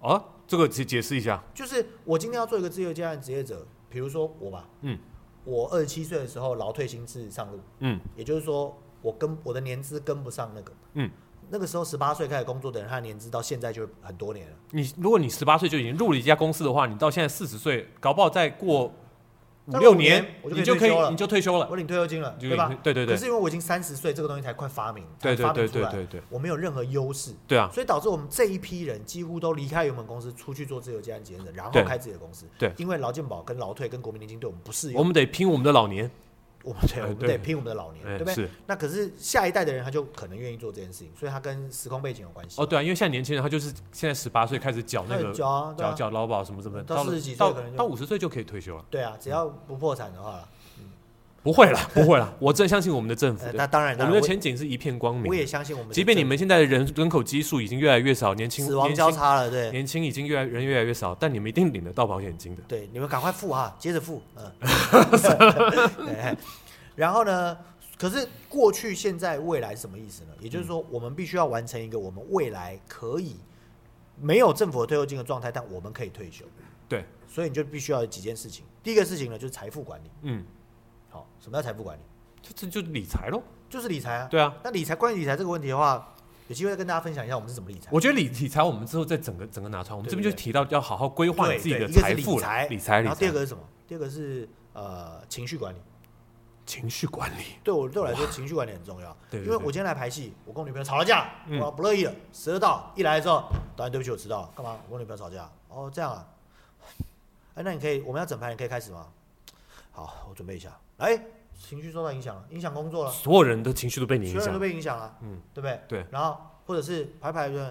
Speaker 1: 哦，这个解解释一下，
Speaker 2: 就是我今天要做一个自由接案职业者，比如说我吧，
Speaker 1: 嗯，
Speaker 2: 我二十七岁的时候劳退新制上路，
Speaker 1: 嗯
Speaker 2: 也就是说我跟我的年资跟不上那个，
Speaker 1: 嗯，
Speaker 2: 那个时候十八岁开始工作的人，他的年资到现在就很多年了，
Speaker 1: 你如果你十八岁就已经入了一家公司的话，你到现在四十岁，搞不好再过五
Speaker 2: 再过
Speaker 1: 六
Speaker 2: 五年
Speaker 1: 年，
Speaker 2: 我就
Speaker 1: 你就可
Speaker 2: 可以退休
Speaker 1: 以
Speaker 2: 了
Speaker 1: 你就退休了，
Speaker 2: 我领退休金了，
Speaker 1: 就
Speaker 2: 对吧？
Speaker 1: 对对对
Speaker 2: 可是因为我已经三十岁，这个东西才快发明，
Speaker 1: 对对
Speaker 2: 才发明
Speaker 1: 对
Speaker 2: 出来
Speaker 1: 对对对，
Speaker 2: 我没有任何优势，
Speaker 1: 对啊，
Speaker 2: 所以导致我们这一批人几乎都离开原本公司，出去做自由接案职业者，然后
Speaker 1: 对
Speaker 2: 开自己的公司，
Speaker 1: 对
Speaker 2: 因为劳健保跟劳退跟国民年金对我们不适用
Speaker 1: 我。们得拼我们的老年。
Speaker 2: 我们对，
Speaker 1: 哎
Speaker 2: 我们
Speaker 1: 对
Speaker 2: 得拼我们的老年，
Speaker 1: 哎
Speaker 2: 对不对
Speaker 1: 是？
Speaker 2: 那可是下一代的人他就可能愿意做这件事情，所以他跟时空背景有关系。
Speaker 1: 哦，，对啊，因为现在年轻人他就是现在十八岁开始缴那
Speaker 2: 那
Speaker 1: 个
Speaker 2: 很久啊，对
Speaker 1: 缴
Speaker 2: 啊，
Speaker 1: 缴劳保什么什么，
Speaker 2: 到
Speaker 1: 到了
Speaker 2: 40几岁
Speaker 1: 到
Speaker 2: 可能就
Speaker 1: 到五十岁就可以退休了。
Speaker 2: 对啊，只要不破产的话啦，
Speaker 1: 不会啦，不 会啦，我真相信我们的政府
Speaker 2: 呃，
Speaker 1: 的，
Speaker 2: 那当然，
Speaker 1: 我
Speaker 2: 当
Speaker 1: 们
Speaker 2: 然
Speaker 1: 的
Speaker 2: 我
Speaker 1: 前景是一片光
Speaker 2: 我也
Speaker 1: 明。
Speaker 2: 相信我们的
Speaker 1: 即便你
Speaker 2: 政
Speaker 1: 们现在的人人口基数已经越来越少，年轻
Speaker 2: 死亡
Speaker 1: 年
Speaker 2: 交
Speaker 1: 轻
Speaker 2: 叉了，对
Speaker 1: 年轻已经越来人越来越少，但你们一定领得到保险金的。
Speaker 2: 对，你们赶快付哈，接着付， 嗯，对然后呢？可是过去、现在、未来是什么意思呢？也就是
Speaker 1: 嗯
Speaker 2: 说，我们必须要完成一个我们未来可以没有政府的退休金的状态，但我们可以退休。
Speaker 1: 对，
Speaker 2: 所以你就必须要有几件事情。第一个事情呢，就是财富管理。
Speaker 1: 嗯，
Speaker 2: 好，什么叫财富管理？
Speaker 1: 这这就理财喽。
Speaker 2: 就是理财啊。
Speaker 1: 对啊，
Speaker 2: 那理财关于理财这个问题的话，有机会再跟大家分享一下我们是怎么理财。
Speaker 1: 我觉得理理财我们之后再整个整个拿出来，我们这边
Speaker 2: 对
Speaker 1: 就
Speaker 2: 对对
Speaker 1: 提到要好好规划你
Speaker 2: 对
Speaker 1: 自己
Speaker 2: 对
Speaker 1: 的
Speaker 2: 一个
Speaker 1: 财
Speaker 2: 是
Speaker 1: 富
Speaker 2: 理
Speaker 1: 啦
Speaker 2: 财，
Speaker 1: 理财理
Speaker 2: 然后第二
Speaker 1: 财
Speaker 2: 个，是什么？第二个是呃情绪管理。
Speaker 1: 情绪管理。
Speaker 2: 对我对我来说，情绪管理很重要。
Speaker 1: 对对
Speaker 2: 因为
Speaker 1: 对
Speaker 2: 我今天来排戏，我跟我女朋友吵了架，
Speaker 1: 嗯
Speaker 2: 我不乐意了。时候到一来的时候，导演对不起，我迟到了，干嘛？我跟女朋友吵架。哦，这样啊。哎，那你可以，我们要整排，你可以开始吗？好，我准备一下。哎，情绪受到影响了，影响工作了，
Speaker 1: 所有人的情绪都被你
Speaker 2: 所
Speaker 1: 影
Speaker 2: 有人
Speaker 1: 响
Speaker 2: 都。被影响了，
Speaker 1: 嗯
Speaker 2: 嗯，对不对？
Speaker 1: 对。
Speaker 2: 然后或者是排排对，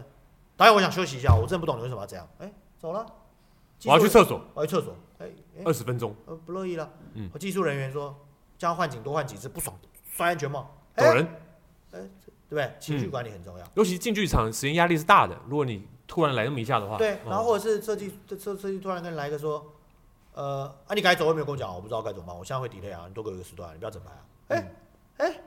Speaker 2: 导演，我想休息一下，我真的不懂你为什么要这样。哎，走了。
Speaker 1: 我要去
Speaker 2: 技术
Speaker 1: 厕所，
Speaker 2: 我要去厕所。哎哎，
Speaker 1: 二十分钟，
Speaker 2: 呃，不乐意了。
Speaker 1: 嗯
Speaker 2: 我技术人员说，这样换景多换几次不爽，摔安全帽。
Speaker 1: 走
Speaker 2: 哎
Speaker 1: 人。
Speaker 2: 对不对？情绪管理很重要。
Speaker 1: 尤其近剧场，时间压力是大的。如果你突然来那么一下的话，
Speaker 2: 对，然后
Speaker 1: 哦
Speaker 2: 或者是设计这设设计突然跟你来一个说，呃，啊你该走，我也没有跟我讲，我不知道该怎么办，我现在会 delay 啊，你多给我一个时段，你不要整排啊。哎哎，
Speaker 1: 嗯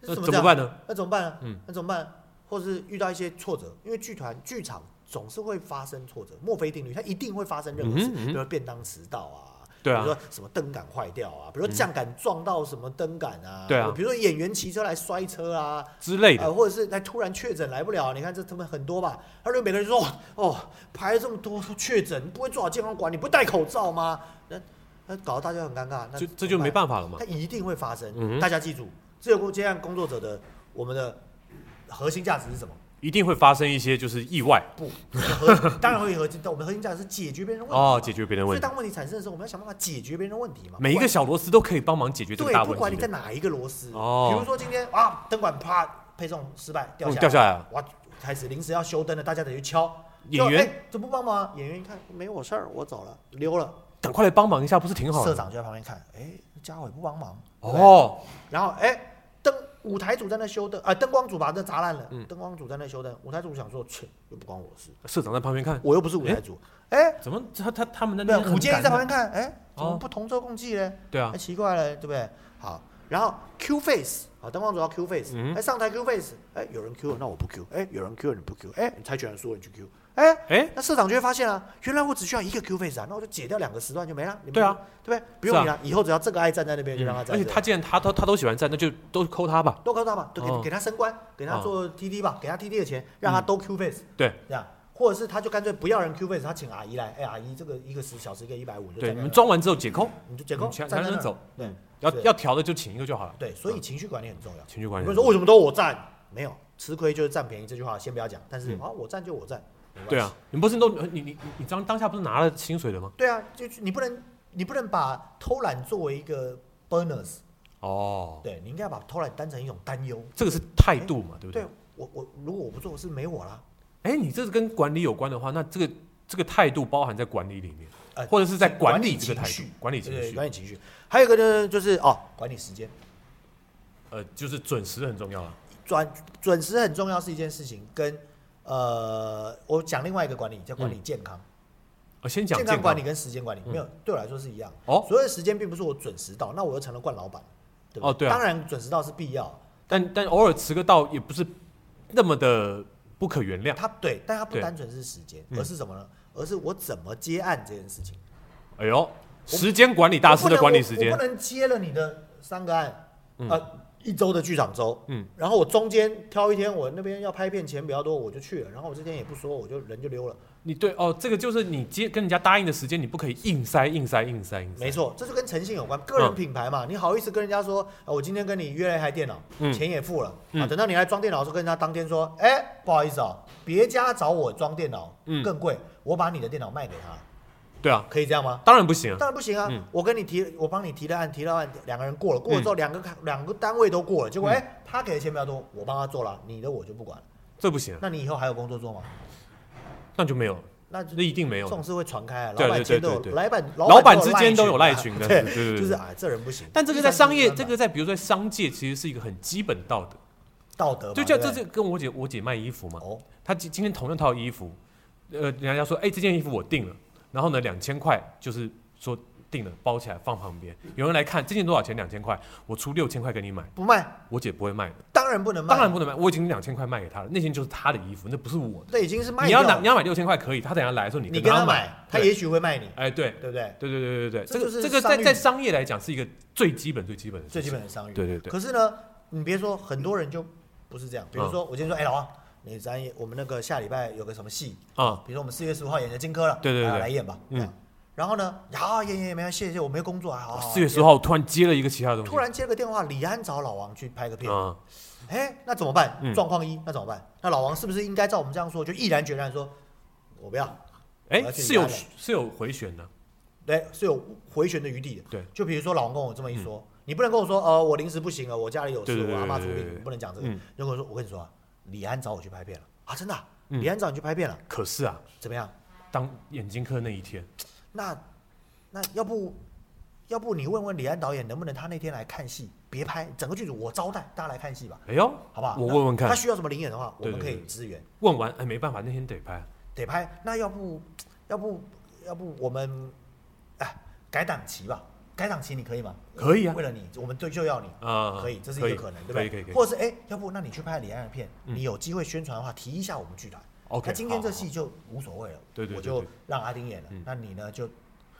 Speaker 1: 那
Speaker 2: 这
Speaker 1: 怎
Speaker 2: 怎么这
Speaker 1: 么
Speaker 2: 样？
Speaker 1: 办呢？
Speaker 2: 那怎么办呢？啊
Speaker 1: 嗯
Speaker 2: 那怎么办？或者是遇到一些挫折，因为剧团剧场总是会发生挫折，墨菲定律它一定会发生任何事，
Speaker 1: 嗯哼嗯哼
Speaker 2: 比如说便当迟到啊。
Speaker 1: 对啊嗯
Speaker 2: 比如说什么灯杆坏掉啊，比如说酱杆撞到什么灯杆啊，
Speaker 1: 对啊
Speaker 2: 比如说演员骑车来摔车啊，
Speaker 1: 之类的。
Speaker 2: 呃，或者是他突然确诊来不了，啊你看这他们很多吧？他就每个人说哦哦，排了这么多确诊，不会做好健康管理，不戴口罩吗？那那搞得大家很尴啊尬，那
Speaker 1: 就这就没办法了嘛
Speaker 2: 它。一定会发生。
Speaker 1: 嗯哼
Speaker 2: 大家记住，自由工接案工作者的我们的核心价值是 什么？
Speaker 1: 一定会发生一些就是意外
Speaker 2: 不，核当然会有核心，但我们的核心价值是解决别人的问题。
Speaker 1: 哦，解决别人的
Speaker 2: 所
Speaker 1: 问
Speaker 2: 以
Speaker 1: 题。
Speaker 2: 当问题产生的时候，我们要想办法解决别人的问题嘛。
Speaker 1: 每一
Speaker 2: 不
Speaker 1: 个
Speaker 2: 管
Speaker 1: 小螺丝都可以帮忙解决这个大
Speaker 2: 对，不管
Speaker 1: 问
Speaker 2: 你
Speaker 1: 题
Speaker 2: 在
Speaker 1: 的。
Speaker 2: 哪一个螺丝，
Speaker 1: 哦
Speaker 2: 比如说今天啊，灯管啪配送失败掉
Speaker 1: 嗯
Speaker 2: 下来
Speaker 1: 掉下来了，
Speaker 2: 哇，开始临时要修灯了，大家得去敲。
Speaker 1: 演
Speaker 2: 就
Speaker 1: 员
Speaker 2: 哎怎么不帮忙啊？演员一看没我事儿，我走了，溜了。
Speaker 1: 赶快来帮忙一下，不是挺好的？
Speaker 2: 社长就在旁边看，哎，家伙也不帮忙。对
Speaker 1: 哦，
Speaker 2: 不对然后哎，灯舞台组在那修灯啊，灯光组把这砸烂了。
Speaker 1: 嗯
Speaker 2: 灯光组在那修灯，舞台组想说，切，又不关我事，
Speaker 1: 社长在旁边看，
Speaker 2: 我又不是舞台组。哎，
Speaker 1: 怎么他他他们在那
Speaker 2: 对，
Speaker 1: 边
Speaker 2: 舞
Speaker 1: 很
Speaker 2: 监一
Speaker 1: 赶
Speaker 2: 在旁边看，哎，怎
Speaker 1: 哦
Speaker 2: 么不同舟共济嘞？
Speaker 1: 对啊
Speaker 2: 哎，，奇怪了，对不对？好，然后 Q face，好，灯光组要 Q face，哎、
Speaker 1: 嗯
Speaker 2: 上台 Q face，哎、有人 Q 了，那我不 Q，哎、有人 Q 了，你不 Q，哎、你猜拳人输了，你去 Q，哎、
Speaker 1: 哎，
Speaker 2: 那社长就会发现啊，原来我只需要一个 Q face 啊，那我就解掉两个时段就没了，你们
Speaker 1: 对啊，
Speaker 2: 对不对？不
Speaker 1: 是啊嗯
Speaker 2: 用你了，以后只要这个爱站在那边就让他
Speaker 1: 而
Speaker 2: 站
Speaker 1: 且
Speaker 2: 着，
Speaker 1: 他既然他他他都喜欢站，那就都扣他吧。
Speaker 2: 多高大吧，都给、
Speaker 1: 哦嗯
Speaker 2: 给他升官，给他做 TD 吧，给他 TD 的钱，让他都 Q face，、
Speaker 1: 对
Speaker 2: 这样。或者是他就干脆不要人 Q face，他请阿姨来，哎、阿姨这个一个十小时，一个一百五，就
Speaker 1: 对，你
Speaker 2: 站在
Speaker 1: 们
Speaker 2: 那
Speaker 1: 装完之后解扣，
Speaker 2: 你就解扣，
Speaker 1: 你才
Speaker 2: 站在
Speaker 1: 才能
Speaker 2: 那儿
Speaker 1: 嗯走。
Speaker 2: 对，
Speaker 1: 要
Speaker 2: 是
Speaker 1: 要调的就请一个就好了。
Speaker 2: 对，所以情绪管理很重要。
Speaker 1: 情绪管
Speaker 2: 你
Speaker 1: 理
Speaker 2: 们说为什么都我占？没有，吃亏就是占便宜这句话先不要讲，但是、啊，我占就我占，没关系
Speaker 1: 嗯对啊，，你们不是都你你你当当下不是拿了薪水的吗？
Speaker 2: 对啊，就是你不能你不能把偷懒作为一个 bonus，
Speaker 1: 哦，
Speaker 2: 对你应该把偷懒当成一种担忧。
Speaker 1: 这个是态度嘛，对不对
Speaker 2: 哎对？我我如果我不做是没我啦，
Speaker 1: 哎，你这是跟管理有关的话，那这个这个态度包含在管理里面，
Speaker 2: 呃
Speaker 1: 或者是在管理
Speaker 2: 理
Speaker 1: 这个态
Speaker 2: 情
Speaker 1: 度
Speaker 2: 绪，
Speaker 1: 管理
Speaker 2: 对
Speaker 1: 情
Speaker 2: 对
Speaker 1: 绪，
Speaker 2: 管理情绪。还有一个呢，就是哦，管理时间，
Speaker 1: 呃，就是准时很重要啊了。
Speaker 2: 准准时很重要是一件事情，跟呃，我讲另外一个管理叫管理健康。
Speaker 1: 呃，先嗯讲
Speaker 2: 健
Speaker 1: 康
Speaker 2: 康管理，跟时间管理
Speaker 1: 嗯
Speaker 2: 没有对我来说是一样。
Speaker 1: 哦
Speaker 2: 所有的时间并不是我准时到，那我又成了惯老板，对吧？
Speaker 1: 哦对啊
Speaker 2: 当然准时到是必要，
Speaker 1: 但但偶尔迟个到也不是那么的不可原谅。
Speaker 2: 它对，但它不
Speaker 1: 对
Speaker 2: 单纯是时间，
Speaker 1: 嗯
Speaker 2: 而是什么呢？而是我怎么接案这件事情。
Speaker 1: 哎呦，时间管理大师的管理时
Speaker 2: 我
Speaker 1: 间
Speaker 2: 不，能接了你的三个案，呃，一周的剧场周，
Speaker 1: 嗯
Speaker 2: 嗯，然后我中间挑一天，我那边要拍片钱比较多，我就去了，然后我这天也不说，我就人就溜了。
Speaker 1: 你对哦，这个就是你接跟人家答应的时间，你不可以硬塞硬塞硬塞硬塞。
Speaker 2: 没错，这就跟诚信有关，个人
Speaker 1: 嗯
Speaker 2: 品牌嘛，你好意思跟人家说，啊、我今天跟你约了一台电脑，
Speaker 1: 嗯
Speaker 2: 钱也付了，
Speaker 1: 嗯
Speaker 2: 啊，等到你来装电脑的时候，跟人家当天说，哎、不好意思哦，别家找我装电脑
Speaker 1: 嗯
Speaker 2: 更贵，我把你的电脑卖给他，
Speaker 1: 对啊，
Speaker 2: 可以这样吗？
Speaker 1: 当然不行啊。
Speaker 2: 当然不行啊！
Speaker 1: 嗯
Speaker 2: 我跟你提，我帮你提了案，提了案，两个人过了，过了之后两个卡两个单位都过了，结果
Speaker 1: 嗯
Speaker 2: 哎、他给的钱比较多，我帮他做了，你的我就不管了。
Speaker 1: 这不行啊，
Speaker 2: 那你以后还有工作做吗？
Speaker 1: 那就没有了，
Speaker 2: 那就
Speaker 1: 那一定没有
Speaker 2: 这
Speaker 1: 了。
Speaker 2: 种事会传开啊，
Speaker 1: 对
Speaker 2: 老板间都有
Speaker 1: 对对对对
Speaker 2: 老板
Speaker 1: 老板
Speaker 2: 都
Speaker 1: 之间都有赖
Speaker 2: 群
Speaker 1: 群的，
Speaker 2: 对
Speaker 1: 对对对。
Speaker 2: 就是
Speaker 1: 对
Speaker 2: 啊，这人不行。
Speaker 1: 但这个在商业，
Speaker 2: 第三
Speaker 1: 这
Speaker 2: 就
Speaker 1: 个
Speaker 2: 是
Speaker 1: 在比如说在商界，其实是一个很基本道德。
Speaker 2: 道德嘛，
Speaker 1: 就叫
Speaker 2: 对
Speaker 1: 这
Speaker 2: 不对
Speaker 1: 是跟我姐，我姐卖衣服嘛，
Speaker 2: 哦，
Speaker 1: 她今今天同样套衣服，呃，人家说，哎、这件衣服我定了，然后呢，两千块就是说定了，包起来放旁边，有人来看这件多少钱，两千块，我出六千块给你买，
Speaker 2: 不卖，
Speaker 1: 我姐不会卖的，
Speaker 2: 当然不能卖，
Speaker 1: 当然不能卖，我已经两千块卖给她了，那件就是她的衣服，那不是我的，
Speaker 2: 这已经是卖
Speaker 1: 你要
Speaker 2: 掉
Speaker 1: 拿
Speaker 2: 了。
Speaker 1: 你要买六千块可以，她等下来的时候
Speaker 2: 你跟
Speaker 1: 跟
Speaker 2: 他
Speaker 1: 她
Speaker 2: 买，他
Speaker 1: 对
Speaker 2: 也许会卖你，
Speaker 1: 哎、对
Speaker 2: 对不对？
Speaker 1: 对对对对对，
Speaker 2: 这
Speaker 1: 个
Speaker 2: 就是
Speaker 1: 这个
Speaker 2: 商
Speaker 1: 在
Speaker 2: 誉
Speaker 1: 在商业来讲是一个最基本最基本的
Speaker 2: 最基
Speaker 1: 事情
Speaker 2: 本的商誉。
Speaker 1: 对对对
Speaker 2: 可是呢，你别说，很多人就不是这样。比如
Speaker 1: 嗯
Speaker 2: 说，我今天说，哎，老王，你咱也我们那个下礼拜有个什么戏，
Speaker 1: 啊、
Speaker 2: 比如说我们四月十五号演的荆轲了，
Speaker 1: 对对对
Speaker 2: 啊
Speaker 1: 对
Speaker 2: 来演吧。
Speaker 1: 嗯哦
Speaker 2: 嗯。然后呢，啊，演演演，没关系，谢谢，我没工作啊，好好。好
Speaker 1: 四月十号我突然接了一个其他的东西，
Speaker 2: 突然接了个电话，李安找老王去拍个片，
Speaker 1: 啊、
Speaker 2: 哎，那怎么办？
Speaker 1: 嗯
Speaker 2: 状况一，那怎么办？那老王是不是应该照我们这样说，就毅然决然说，我不要？
Speaker 1: 哎、
Speaker 2: 我要去
Speaker 1: 是有
Speaker 2: 拿了
Speaker 1: 是有回旋的，
Speaker 2: 对，是有回旋的余地的。
Speaker 1: 对，
Speaker 2: 就比如说老王跟我这么一说，你不能跟我说，呃，我临时不行了，我家里有
Speaker 1: 对对
Speaker 2: 事，
Speaker 1: 对
Speaker 2: 我阿妈
Speaker 1: 对
Speaker 2: 出
Speaker 1: 对
Speaker 2: 殡
Speaker 1: 对，对
Speaker 2: 不能讲这个
Speaker 1: 嗯。
Speaker 2: 如果说我跟你说啊，李安找我去拍片了啊，真的啊，
Speaker 1: 嗯
Speaker 2: 李安找你去拍片了，
Speaker 1: 可是啊，
Speaker 2: 怎么样？
Speaker 1: 当眼睛科那一天，
Speaker 2: 那那要不要不你问问李安导演能不能他那天来看戏，别拍，整个剧组我招待大家来看戏吧，
Speaker 1: 哎呦，
Speaker 2: 好不好？
Speaker 1: 我
Speaker 2: 那
Speaker 1: 问问
Speaker 2: 他
Speaker 1: 看，
Speaker 2: 需要什么灵演的话，我
Speaker 1: 对
Speaker 2: 们
Speaker 1: 对
Speaker 2: 可以
Speaker 1: 对
Speaker 2: 支援。
Speaker 1: 问完哎没办法，那天得拍，
Speaker 2: 得拍。那要不，要不，要不我们，哎，改档期吧？改档期你可以吗？
Speaker 1: 可以啊
Speaker 2: 为了你，我们对就要你。
Speaker 1: 啊，
Speaker 2: 可以，这是一个可能，对不对？
Speaker 1: 可以可以可以
Speaker 2: 或者是哎，要不那你去拍李安的片，
Speaker 1: 嗯
Speaker 2: 你有机会宣传的话，提一下我们剧团。
Speaker 1: ，OK，
Speaker 2: 那今天这
Speaker 1: 好，好
Speaker 2: 戏就无所谓了，
Speaker 1: 对对对
Speaker 2: 我就
Speaker 1: 对
Speaker 2: 让阿丁演了
Speaker 1: 嗯。
Speaker 2: 那你呢，就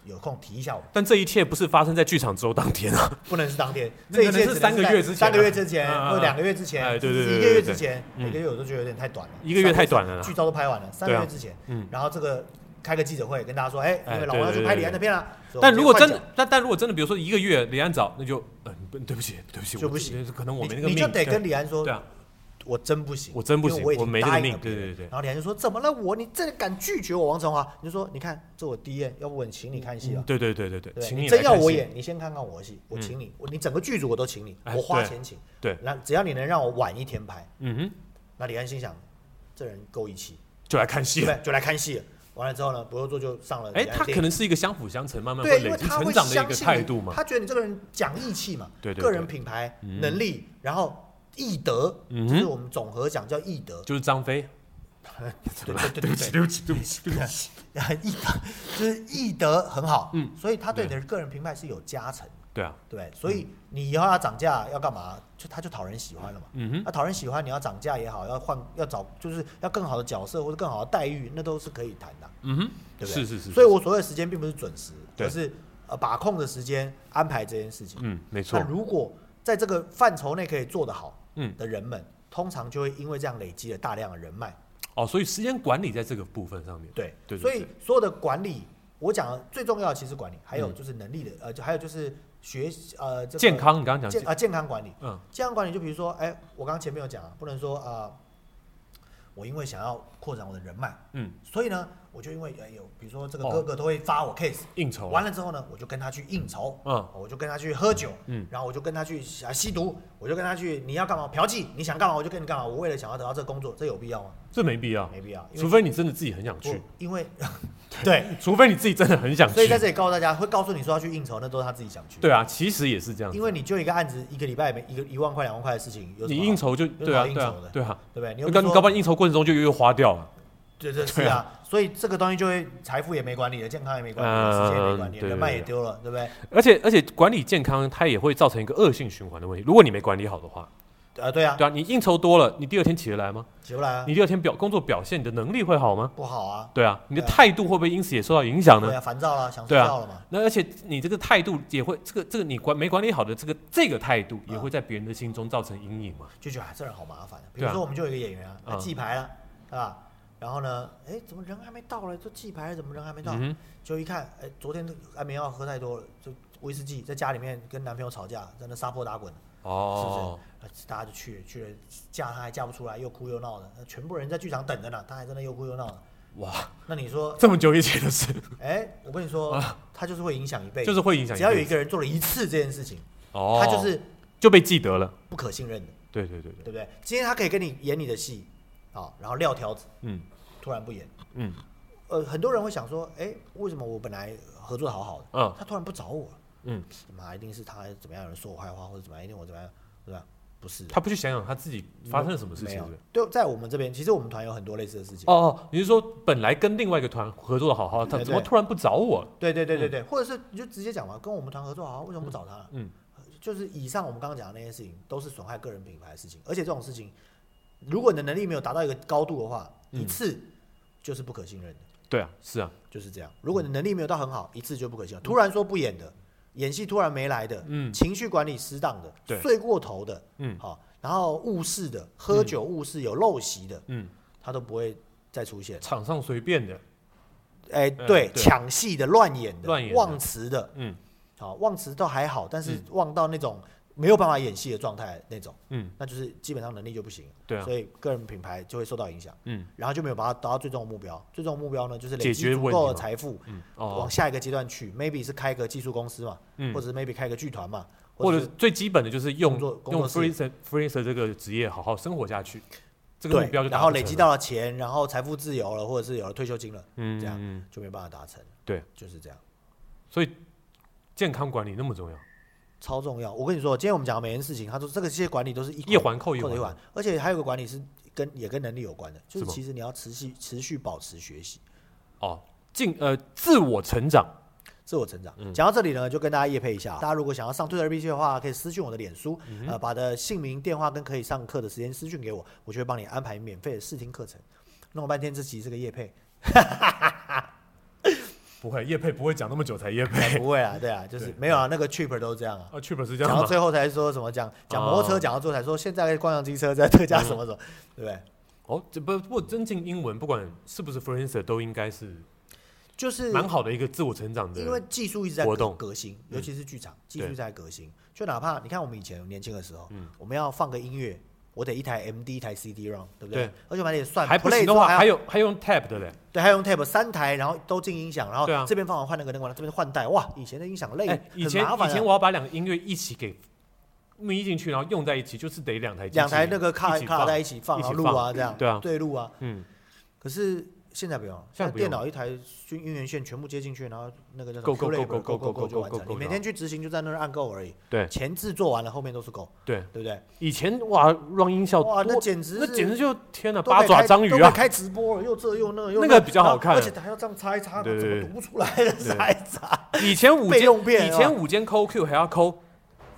Speaker 2: 有空提一下我们
Speaker 1: 好。但这一切不是发生在剧场之后当天啊，
Speaker 2: 不能是当天，
Speaker 1: 那
Speaker 2: 这一
Speaker 1: 可能
Speaker 2: 切
Speaker 1: 是
Speaker 2: 只
Speaker 1: 三个
Speaker 2: 在
Speaker 1: 月之前
Speaker 2: 三个
Speaker 1: 啊
Speaker 2: 月之前
Speaker 1: 啊啊
Speaker 2: 或者两个月之前，
Speaker 1: 哎对对
Speaker 2: 甚至一
Speaker 1: 对
Speaker 2: 个月
Speaker 1: 对
Speaker 2: 之前，
Speaker 1: 嗯
Speaker 2: 每个月我都觉得有点太短了，
Speaker 1: 一个月太短了啦
Speaker 2: 剧照都拍完了，三个
Speaker 1: 对啊
Speaker 2: 月之前，
Speaker 1: 嗯
Speaker 2: 然后这个开个记者会跟大家说，哎，
Speaker 1: 哎
Speaker 2: 因为老
Speaker 1: 对
Speaker 2: 王要去
Speaker 1: 对
Speaker 2: 拍
Speaker 1: 对
Speaker 2: 李安的片啊了，所以我
Speaker 1: 但
Speaker 2: 们
Speaker 1: 如果
Speaker 2: 先换
Speaker 1: 真
Speaker 2: 角
Speaker 1: 的，但但如果真的，比如说一个月李安找，那就嗯，不对不起对不起，
Speaker 2: 就
Speaker 1: 我
Speaker 2: 不行，
Speaker 1: 可能我没那
Speaker 2: 你
Speaker 1: 个
Speaker 2: 你
Speaker 1: 命，
Speaker 2: 就得跟
Speaker 1: 对
Speaker 2: 李安说
Speaker 1: 对，啊，
Speaker 2: 我真不行，
Speaker 1: 我真不行
Speaker 2: 因为我已
Speaker 1: 我
Speaker 2: 经
Speaker 1: 没这个
Speaker 2: 答应了
Speaker 1: 命对
Speaker 2: 别人
Speaker 1: 对对对
Speaker 2: 然后李安就说怎么了我，你这敢拒绝我王成华？你就说你看这我第一眼，要不我请你看戏啊了
Speaker 1: 嗯。对对对对对，
Speaker 2: 对不对
Speaker 1: 请
Speaker 2: 你
Speaker 1: 你
Speaker 2: 真
Speaker 1: 来
Speaker 2: 要
Speaker 1: 看
Speaker 2: 我
Speaker 1: 戏嗯
Speaker 2: 演，你先看看我的戏，我请你，我你整个剧组我都请你，
Speaker 1: 哎
Speaker 2: 我花
Speaker 1: 对
Speaker 2: 钱请，
Speaker 1: 对，
Speaker 2: 那只要你能让我晚一天拍，
Speaker 1: 嗯哼，
Speaker 2: 那李安心想，这人够义气，
Speaker 1: 就来看
Speaker 2: 对
Speaker 1: 戏
Speaker 2: 不
Speaker 1: 了，
Speaker 2: 对？就来看戏了。完了之后呢，不用做就上了。
Speaker 1: 哎，他可能是一个相辅相成，慢慢
Speaker 2: 对，因
Speaker 1: 累
Speaker 2: 为
Speaker 1: 积
Speaker 2: 他
Speaker 1: 成
Speaker 2: 会
Speaker 1: 长的一个
Speaker 2: 相信
Speaker 1: 态
Speaker 2: 你
Speaker 1: 度嘛，
Speaker 2: 他觉得你这个人讲义气嘛，
Speaker 1: 对对
Speaker 2: 个
Speaker 1: 对
Speaker 2: 人品牌
Speaker 1: 嗯
Speaker 2: 能力，然后义德，
Speaker 1: 嗯
Speaker 2: 就是我们总和讲叫义德。
Speaker 1: 就是张飞，
Speaker 2: 对对对对对，
Speaker 1: 对不起对不起对不起，
Speaker 2: 义德就是义德很好，
Speaker 1: 嗯
Speaker 2: 所以他对你的个人品牌是有加成，
Speaker 1: 对啊，
Speaker 2: 对不对，所以你以后要涨价要干嘛，就他就讨人喜欢了嘛。
Speaker 1: 嗯哼，
Speaker 2: 那讨人喜欢，你要涨价也好，要换要找就是要更好的角色或者更好的待遇，那都是可以谈的。
Speaker 1: 嗯哼，
Speaker 2: 对不对？
Speaker 1: 是是是，
Speaker 2: 所以我所谓的时间并不是准时，
Speaker 1: 对
Speaker 2: 而是呃把控的时间安排这件事情。
Speaker 1: 嗯，没错
Speaker 2: 那，如果在这个范畴内可以做得好，
Speaker 1: 嗯
Speaker 2: 的人们，通常就会因为这样累积了大量的人脉。
Speaker 1: 哦，所以时间管理在这个部分上面，
Speaker 2: 对，
Speaker 1: 对对
Speaker 2: 所以所有的管理，我讲的最重要的其实管理，还有
Speaker 1: 嗯
Speaker 2: 就是能力的，呃，就还有就是学习呃、这个
Speaker 1: 健康，你刚刚讲
Speaker 2: 健啊、
Speaker 1: 健，
Speaker 2: 健康管理，
Speaker 1: 嗯
Speaker 2: 健康管理就比如说，哎、我刚刚前面有讲啊，不能说啊、呃我因为想要扩展我的人脉，
Speaker 1: 嗯，
Speaker 2: 所以呢，我就因为呃有，比如说这个
Speaker 1: 哦
Speaker 2: 哥哥都会发我 case，、
Speaker 1: 应酬啊
Speaker 2: 完了之后呢，我就跟他去应酬，哦
Speaker 1: 嗯
Speaker 2: 我就跟他去喝酒，
Speaker 1: 嗯
Speaker 2: 然后我就跟他去啊吸毒，我就跟他去你要干嘛嫖妓，你想干嘛我就跟你干嘛。我为了想要得到这个工作，这有必要吗？
Speaker 1: 这没必要，
Speaker 2: 没必要，因
Speaker 1: 除
Speaker 2: 为
Speaker 1: 非你真的自己很想去
Speaker 2: 不，因为对，
Speaker 1: 除非你自己真的很想
Speaker 2: 所以
Speaker 1: 去
Speaker 2: 在，这里告诉大家，会告诉你说要去应酬，那都是他自己想去，
Speaker 1: 对啊，其实也是这样子，
Speaker 2: 因为你就一个案子，一个礼拜没一个一万块两万块的事情，有什
Speaker 1: 你
Speaker 2: 么好
Speaker 1: 应酬就
Speaker 2: 有
Speaker 1: 对啊
Speaker 2: 什么好应
Speaker 1: 对
Speaker 2: 酬
Speaker 1: 啊
Speaker 2: 的，
Speaker 1: 对啊，
Speaker 2: 对不对？你又
Speaker 1: 那
Speaker 2: 不
Speaker 1: 刚
Speaker 2: 是说
Speaker 1: 搞不好应酬过程中就又花掉了，
Speaker 2: 对对是啊，所以这个东西就会财富也没管理了，健康也没管理了，
Speaker 1: 嗯
Speaker 2: 时间也没管理
Speaker 1: 对
Speaker 2: 了，
Speaker 1: 对
Speaker 2: 人脉也
Speaker 1: 对
Speaker 2: 丢了，对不对？
Speaker 1: 而且而且管理健康它也会造成一个恶性循环的问题，如果你没管理好的话，
Speaker 2: 啊，对啊，
Speaker 1: 对啊，你应酬多了，你第二天起得来吗？
Speaker 2: 起不来啊，
Speaker 1: 你第二天表工作表现你的能力会好吗？
Speaker 2: 不好啊，
Speaker 1: 对啊，你的
Speaker 2: 对啊
Speaker 1: 态度会不会因此也受到影响呢
Speaker 2: 对？啊，烦躁了，想睡
Speaker 1: 对啊
Speaker 2: 觉了嘛，
Speaker 1: 那而且你这个态度也会，这个这个你管没管理好的这个这个态度，也
Speaker 2: 嗯
Speaker 1: 会在别人的心中造成阴影嘛。
Speaker 2: 就觉得啊，这人好麻烦啊。
Speaker 1: 嗯
Speaker 2: 比
Speaker 1: 对
Speaker 2: 如
Speaker 1: 啊
Speaker 2: 说我们就有一个演员啊，他
Speaker 1: 嗯
Speaker 2: 记牌了，对吧？然后呢，哎，怎么人还没到嘞？就记牌了，怎么人还没到？
Speaker 1: 嗯
Speaker 2: 就一看，哎，昨天安眠药喝太多了，就威士忌，在家里面跟男朋友吵架，在那撒泼打滚，
Speaker 1: 哼，哦，
Speaker 2: 呃大家就去了去了，嫁他还嫁不出来，又哭又闹的，呃全部人在剧场等着呢，他还在那又哭又闹呢。
Speaker 1: 哇，
Speaker 2: 那你 说，
Speaker 1: 这么久以前的事，
Speaker 2: 哎，我跟你说，他就是会影响一辈子，
Speaker 1: 就是会影响辈子。
Speaker 2: 只要有一个人做了一次这件事情，
Speaker 1: 哦，
Speaker 2: 他就是
Speaker 1: 就被记得了。
Speaker 2: 不可信任的，
Speaker 1: 对对对对，
Speaker 2: 对不对？今天他可以跟你演你的戏，啊，然后撂挑子，
Speaker 1: 嗯
Speaker 2: 突然不演。
Speaker 1: 嗯，
Speaker 2: 呃，很多人会想说，哎，为什么我本来合作的好好的，
Speaker 1: 嗯
Speaker 2: 他突然不找我了？
Speaker 1: 嗯，
Speaker 2: 妈，一定是他怎么样有人说我坏话，或者怎么样，一定我怎么样，对吧？不是的，
Speaker 1: 他不去想想他自己发生了什么事
Speaker 2: 没
Speaker 1: 情是
Speaker 2: 有
Speaker 1: 不是？。
Speaker 2: 对，在我们这边，其实我们团有很多类似的事情。
Speaker 1: 哦哦，你是说本来跟另外一个团合作的好好的，他
Speaker 2: 对对
Speaker 1: 怎么突然不找我？
Speaker 2: 对对对对对，或者是你就直接讲嘛，跟我们团合作好啊，为什么不找他呢？
Speaker 1: 嗯
Speaker 2: 就是以上我们刚刚讲的那些事情，都是损害个人品牌的事情，而且这种事情，如果你的能力没有达到一个高度的话，
Speaker 1: 嗯
Speaker 2: 一次就是不可信任的，
Speaker 1: 对啊，是啊，
Speaker 2: 就是这样。如果你能力没有到很好，一次就不可信任。突然说不演的，演戏突然没来的，
Speaker 1: 嗯
Speaker 2: 情绪管理失当的，
Speaker 1: 对
Speaker 2: 睡过头的，
Speaker 1: 嗯
Speaker 2: 好、然后误事的，喝酒误事有陋习的，
Speaker 1: 嗯，
Speaker 2: 他都不会再出现。
Speaker 1: 场上随便的，
Speaker 2: 哎、
Speaker 1: 嗯
Speaker 2: 对，
Speaker 1: 对
Speaker 2: 抢戏的、乱演的、
Speaker 1: 乱演的
Speaker 2: 忘词的，
Speaker 1: 嗯
Speaker 2: 好，忘词倒还好，但是忘到那种没有办法演戏的状态那种，
Speaker 1: 嗯，
Speaker 2: 那就是基本上能力就不行，
Speaker 1: 对啊
Speaker 2: 所以个人品牌就会受到影响，
Speaker 1: 嗯
Speaker 2: 然后就没有把它达到最终的目标。最终的目标呢，就是累
Speaker 1: 解
Speaker 2: 积
Speaker 1: 决
Speaker 2: 足
Speaker 1: 问
Speaker 2: 够
Speaker 1: 题
Speaker 2: 的
Speaker 1: 嘛
Speaker 2: 财富，
Speaker 1: 嗯
Speaker 2: 往
Speaker 1: 哦，
Speaker 2: 下一个阶段去，maybe 是开个技术公司嘛，
Speaker 1: 嗯
Speaker 2: 或者是 maybe 开个剧团嘛，
Speaker 1: 或
Speaker 2: 者
Speaker 1: 者
Speaker 2: 是
Speaker 1: 最基本的就是用
Speaker 2: 工作工
Speaker 1: 用
Speaker 2: 作室
Speaker 1: freelancer freelancer 这个职业好好生活下去，这个
Speaker 2: 对
Speaker 1: 目标就达
Speaker 2: 然后
Speaker 1: 不成
Speaker 2: 累积
Speaker 1: 了
Speaker 2: 到了钱，然后财富自由了，或者是有了退休金了，
Speaker 1: 嗯
Speaker 2: 这样
Speaker 1: 嗯嗯
Speaker 2: 就没办法达成。
Speaker 1: 对，
Speaker 2: 就是这样。
Speaker 1: 所以健康管理那么重要，
Speaker 2: 超重要。我跟你说，今天我们讲的每件事情，他说这个这些管理都是一
Speaker 1: 一环扣一
Speaker 2: 一
Speaker 1: 环
Speaker 2: 一环，而且还有个管理是跟也跟能力有关的，就是是
Speaker 1: 吗
Speaker 2: 其实你要持续持续保持学习，
Speaker 1: 哦，进呃自我成长，
Speaker 2: 自我成长。
Speaker 1: 嗯
Speaker 2: 讲到这里呢，就跟大家业配一下，大家如果想要上 Twitter B 的话，可以私讯我的脸书，
Speaker 1: 嗯
Speaker 2: 呃，把的姓名、电话跟可以上课的时间私讯给我，我就会帮你安排免费的试听课程。弄了半天，这集是个业 配，
Speaker 1: 不会叶佩不会讲那么久才叶 佩，
Speaker 2: 不会啊，对啊，就是没有啊，那个 Cheaper 都这样啊。
Speaker 1: 啊 t r i p 是这
Speaker 2: 讲
Speaker 1: 样
Speaker 2: 到
Speaker 1: 吗？
Speaker 2: 最后才说什么讲讲摩托
Speaker 1: 哦
Speaker 2: 车，讲到最后才说现在共享机车在特价什么什么，对不对？
Speaker 1: 哦，这不不过真进英文，不管是不是 freelancer 都应该是
Speaker 2: 就是
Speaker 1: 蛮好的一个自我成长的，
Speaker 2: 因为技术一直在
Speaker 1: 活
Speaker 2: 革
Speaker 1: 动
Speaker 2: 革新，
Speaker 1: 嗯
Speaker 2: 尤其是剧场，技术
Speaker 1: 对
Speaker 2: 一直在革新。就哪怕你看我们以前年轻的时候
Speaker 1: 嗯，
Speaker 2: 我们要放个音乐，我得一台 MD 一台 CD ROM，对不对
Speaker 1: 对？
Speaker 2: 而且我们还得算
Speaker 1: 还不
Speaker 2: play
Speaker 1: 行的
Speaker 2: 之后
Speaker 1: 话，还
Speaker 2: 还要
Speaker 1: 有还用 tab 的嘞，
Speaker 2: 对，还要用 tab 三台，然后都进音响，然后
Speaker 1: 对啊
Speaker 2: 这边放完换那个那个完，这边换代。哇，以前的音响累，
Speaker 1: 哎，以
Speaker 2: 很
Speaker 1: 前
Speaker 2: 麻
Speaker 1: 以
Speaker 2: 烦
Speaker 1: 前
Speaker 2: 啊。
Speaker 1: 我要把两个音乐一起给眯进去，然后用在一起，就是得两台机器
Speaker 2: 两台那个卡
Speaker 1: 一起
Speaker 2: 卡
Speaker 1: 放
Speaker 2: 在一起放，
Speaker 1: 一起
Speaker 2: 然后录啊，这样
Speaker 1: 对啊
Speaker 2: 对录啊。
Speaker 1: 嗯，
Speaker 2: 可是现在不用了，
Speaker 1: 现在
Speaker 2: 现在
Speaker 1: 不用
Speaker 2: 电脑一台音源线全部接进去，然后那个叫
Speaker 1: Go, go, go, go, go, go,
Speaker 2: go 就完
Speaker 1: go,
Speaker 2: 成。
Speaker 1: go,
Speaker 2: 你每天去执行就在那儿按 go 而已，
Speaker 1: 对
Speaker 2: 前置做完了，后面都是 go，
Speaker 1: 对，
Speaker 2: 对不对？
Speaker 1: 以前哇 run 音效
Speaker 2: 哇，那
Speaker 1: 多
Speaker 2: 简直
Speaker 1: 那
Speaker 2: 是
Speaker 1: 简直就天哪，
Speaker 2: 都可以
Speaker 1: 八爪
Speaker 2: 开
Speaker 1: 章鱼
Speaker 2: 都可以
Speaker 1: 啊！
Speaker 2: 开直播了，又这又那又
Speaker 1: 那
Speaker 2: 那
Speaker 1: 个比较好看啊
Speaker 2: 而且还要这样擦一擦，
Speaker 1: 对
Speaker 2: 怎
Speaker 1: 对
Speaker 2: 么
Speaker 1: 对
Speaker 2: 读不出来的擦一擦，
Speaker 1: 以前五
Speaker 2: 备
Speaker 1: 间
Speaker 2: 用片
Speaker 1: 以
Speaker 2: 啊
Speaker 1: 前五间抠 Q 还要抠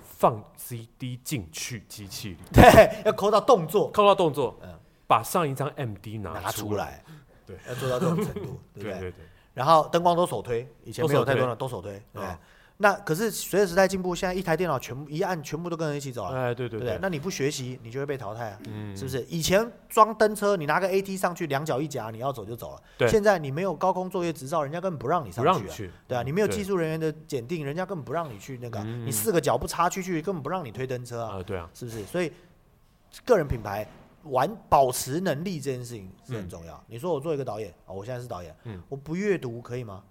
Speaker 1: 放 CD 进去机器里，
Speaker 2: 对，要抠到动作
Speaker 1: 抠到动作
Speaker 2: 嗯，
Speaker 1: 把上一张 MD 拿
Speaker 2: 拿出
Speaker 1: 啊出，
Speaker 2: 来，
Speaker 1: 对，
Speaker 2: 要做到这种程 度，
Speaker 1: 对
Speaker 2: 对不对？
Speaker 1: 对对，
Speaker 2: 然后灯光都手推，以前没有太多了，都手推，对不对
Speaker 1: 嗯。
Speaker 2: 那可是随着时代进步，现在一台电脑全部一按，全部都跟着一起走了。
Speaker 1: 哎对
Speaker 2: 对
Speaker 1: 对
Speaker 2: 不
Speaker 1: 对
Speaker 2: 哦对？，那你不学习，你就会被淘汰啊，
Speaker 1: 嗯
Speaker 2: 是不是？以前装登车，你拿个 AT 上去，两脚一夹，你要走就走
Speaker 1: 对
Speaker 2: 了。现在你没有高空作业执照，人家根本不让你
Speaker 1: 不
Speaker 2: 上
Speaker 1: 让你
Speaker 2: 去啊。
Speaker 1: 去，
Speaker 2: 对啊，你没有
Speaker 1: 对
Speaker 2: 技术人员的检定，人家根本不让你去那个啊、
Speaker 1: 嗯
Speaker 2: 你四个脚不插出去，根本不让你推登车啊，
Speaker 1: 啊，对啊，
Speaker 2: 是不是？所以个人品牌玩保持能力这件事情是很重要。你说我做一个导演哦，我现在是导演，
Speaker 1: 嗯
Speaker 2: 我不阅读可以吗？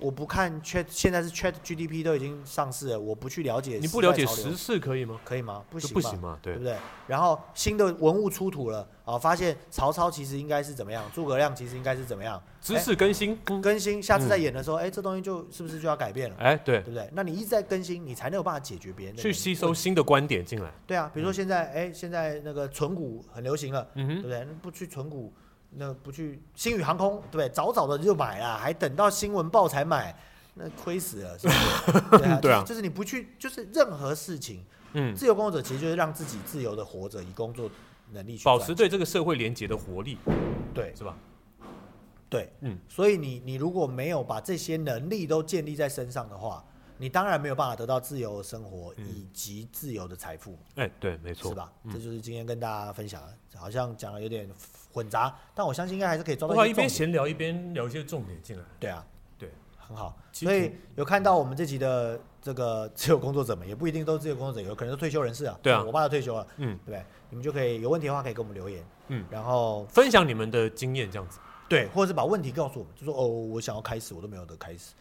Speaker 2: 我不看 Chat，现在是 Chat GDP 都已经上市了，我不去了解，
Speaker 1: 你不了解时事可以吗？
Speaker 2: 可以吗？不
Speaker 1: 就
Speaker 2: 行
Speaker 1: 不
Speaker 2: 吧
Speaker 1: 行嘛，对
Speaker 2: 对不，对？然后新的文物出土了啊，发现曹操其实应该是怎么样，诸葛亮其实应该是怎么样，
Speaker 1: 知识更新，嗯
Speaker 2: 更新，下次再演的时候，哎、这东西就是不是就要改变了？
Speaker 1: 哎，对
Speaker 2: 对，不对？那你一直在更新，你才能有办法解决别人的
Speaker 1: 去
Speaker 2: 问题
Speaker 1: 吸收。新的观点进来，
Speaker 2: 对啊，比如说现在，哎、现在那个存股很流行了，
Speaker 1: 嗯
Speaker 2: 对
Speaker 1: 哼，
Speaker 2: 不对？那不去存股，那不去星宇航空，对不对？早早的就买了，还等到新闻报才买，那亏死了，是不 是？对啊，
Speaker 1: 对啊
Speaker 2: 就是就是你不去，就是任何事情，
Speaker 1: 嗯，
Speaker 2: 自由工作者其实就是让自己自由的活着，以工作能力去
Speaker 1: 保
Speaker 2: 赚
Speaker 1: 持对这个社会连接的活力，
Speaker 2: 对
Speaker 1: 是吧？
Speaker 2: 对，
Speaker 1: 嗯，
Speaker 2: 所以你你如果没有把这些能力都建立在身上的话，你当然没有办法得到自由的生活
Speaker 1: 嗯
Speaker 2: 以及自由的财富，
Speaker 1: 哎，对，没错
Speaker 2: 是，吧？这就是今天跟大家分享的，好像讲的有点混杂，但我相信应该还是可以抓
Speaker 1: 我
Speaker 2: 到
Speaker 1: 怕
Speaker 2: 一
Speaker 1: 一
Speaker 2: 些
Speaker 1: 边
Speaker 2: 重点。
Speaker 1: 闲聊一边聊一些重点进来，
Speaker 2: 对啊，
Speaker 1: 对，
Speaker 2: 很好。
Speaker 1: 基
Speaker 2: 所以
Speaker 1: 础
Speaker 2: 有看到我们这集的这个自由工作者们，也不一定都是自由工作者，有可能是退休人士啊。
Speaker 1: 对啊
Speaker 2: 我爸都退休了，
Speaker 1: 嗯
Speaker 2: 对不对？你们就可以有问题的话可以给我们留言，
Speaker 1: 嗯，
Speaker 2: 然后
Speaker 1: 分享你们的经验这样子，
Speaker 2: 对，或者是把问题告诉我们，就说哦，我想要开始，我都没有得开始，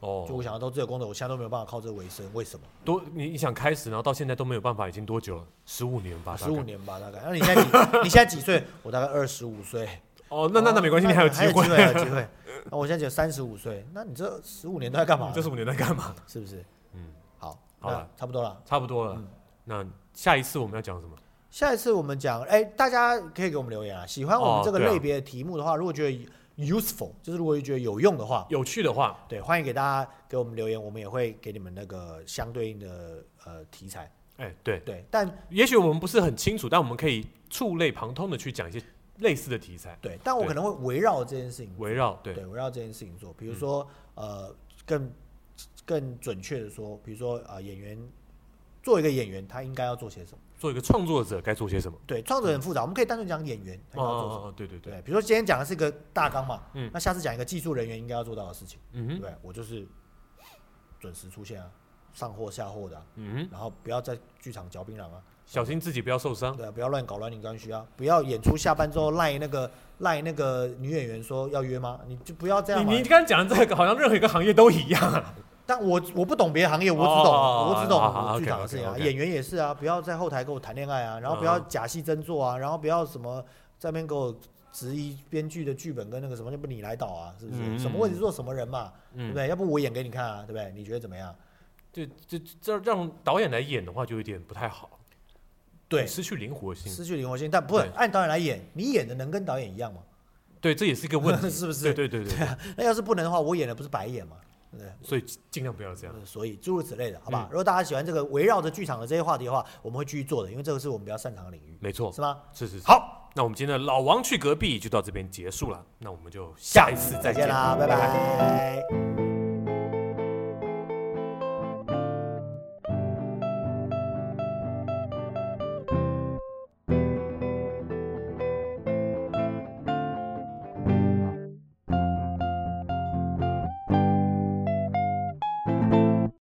Speaker 2: 就
Speaker 1: 哦，
Speaker 2: 我想要到自由工作，我现在都没有办法靠这为生，为什么？
Speaker 1: 多你想开始，然后到现在都没有办法，已经多久了？十五年啊吧，大概
Speaker 2: 十五。年吧，大概。那你现在几？ 你现在几岁？我大概二十五岁。
Speaker 1: 哦，那那那没关系，
Speaker 2: 哦
Speaker 1: 你还有
Speaker 2: 还
Speaker 1: 机
Speaker 2: 有
Speaker 1: 会。
Speaker 2: 机会， 还有机会。那我现在只有三十五岁，那你这十五年都在干嘛
Speaker 1: 嗯你？这十五年在干 嘛？
Speaker 2: 是不是？
Speaker 1: 嗯，
Speaker 2: 好，
Speaker 1: 好
Speaker 2: 那
Speaker 1: 了
Speaker 2: 差不多了。
Speaker 1: 差不多
Speaker 2: 嗯
Speaker 1: 了。那下一次我们要讲什么？
Speaker 2: 下一次我们讲，哎，大家可以给我们留言啊。喜欢我们这个
Speaker 1: 哦对啊
Speaker 2: 类别的题目的话，如果觉得 useful，就是如果觉得有用的话，
Speaker 1: 有趣的话，
Speaker 2: 对，欢迎给大家给我们留言，我们也会给你们那个相对应的呃题材。
Speaker 1: 哎，对，
Speaker 2: 对，但
Speaker 1: 也许我们不是很清楚，但我们可以触类旁通的去讲一些类似的题材，
Speaker 2: 对，但我
Speaker 1: 对
Speaker 2: 可能会围绕这件事情
Speaker 1: 围绕对嗯
Speaker 2: 对，围绕这件事情做，比如说、呃，更更准确的说，比如说呃，演员作为一个演员，他应该要做些什么？
Speaker 1: 做一个创作者该做些什么。
Speaker 2: 对，创作很复杂，我们可以单纯讲演员他
Speaker 1: 哦
Speaker 2: 应该要做什
Speaker 1: 嗯哦
Speaker 2: 么。
Speaker 1: 哦，对对对，
Speaker 2: 对，比如说今天讲的是一个大纲嘛，
Speaker 1: 嗯
Speaker 2: 那下次讲一个技术人员应该要做到的事情，
Speaker 1: 嗯
Speaker 2: 对
Speaker 1: 哼
Speaker 2: 不对？我就是准时出现啊，上货下货的啊、
Speaker 1: 嗯哼，
Speaker 2: 然后不要在剧场嚼槟榔啊，
Speaker 1: 小心自己不要受伤。
Speaker 2: 对啊，不要乱搞乱领刚需啊，不要演出下班之后赖那个赖那个女演员说要约吗？你就不要这啊样嘛。
Speaker 1: 你你刚才讲的这个，好像任何一个行业都一样啊。
Speaker 2: 但我我不懂别的行业，我只懂、
Speaker 1: 哦
Speaker 2: 我只懂
Speaker 1: 好好好
Speaker 2: 剧场的事情啊。
Speaker 1: OK，OK，OK
Speaker 2: 演员也是啊，不要在后台跟我谈恋爱啊，然后不要
Speaker 1: 嗯
Speaker 2: 假戏真做啊，然后不要什么在那边给我质疑编剧的剧本跟那个什么，要不你来导啊，是不是？
Speaker 1: 嗯
Speaker 2: 什么问题做什么人嘛，对不
Speaker 1: 嗯，
Speaker 2: 对？要不我演给你看啊，对不对？你觉得怎么样？
Speaker 1: 这这这让导演来演的话，就有点不太好，
Speaker 2: 对，
Speaker 1: 失去灵活性。
Speaker 2: 失去灵活性，但不
Speaker 1: 对
Speaker 2: 按导演来演，你演的能跟导演一样吗？
Speaker 1: 对，这也是一个问题，
Speaker 2: 是不是
Speaker 1: 对对对对，
Speaker 2: 那要是不能的话，我演的不是白演吗？对不对？
Speaker 1: 所以尽量不要这样。
Speaker 2: 呃所以诸如此类的，好吧？
Speaker 1: 嗯
Speaker 2: 如果大家喜欢这个围绕着剧场的这些话题的话，我们会继续做的，因为这个是我们比较擅长的领域，
Speaker 1: 没错，
Speaker 2: 是吗？
Speaker 1: 是是是。
Speaker 2: 好，
Speaker 1: 那我们今天的老王去隔壁就到这边结束了，那我们就下一次再
Speaker 2: 再见
Speaker 1: 见
Speaker 2: 啦，拜拜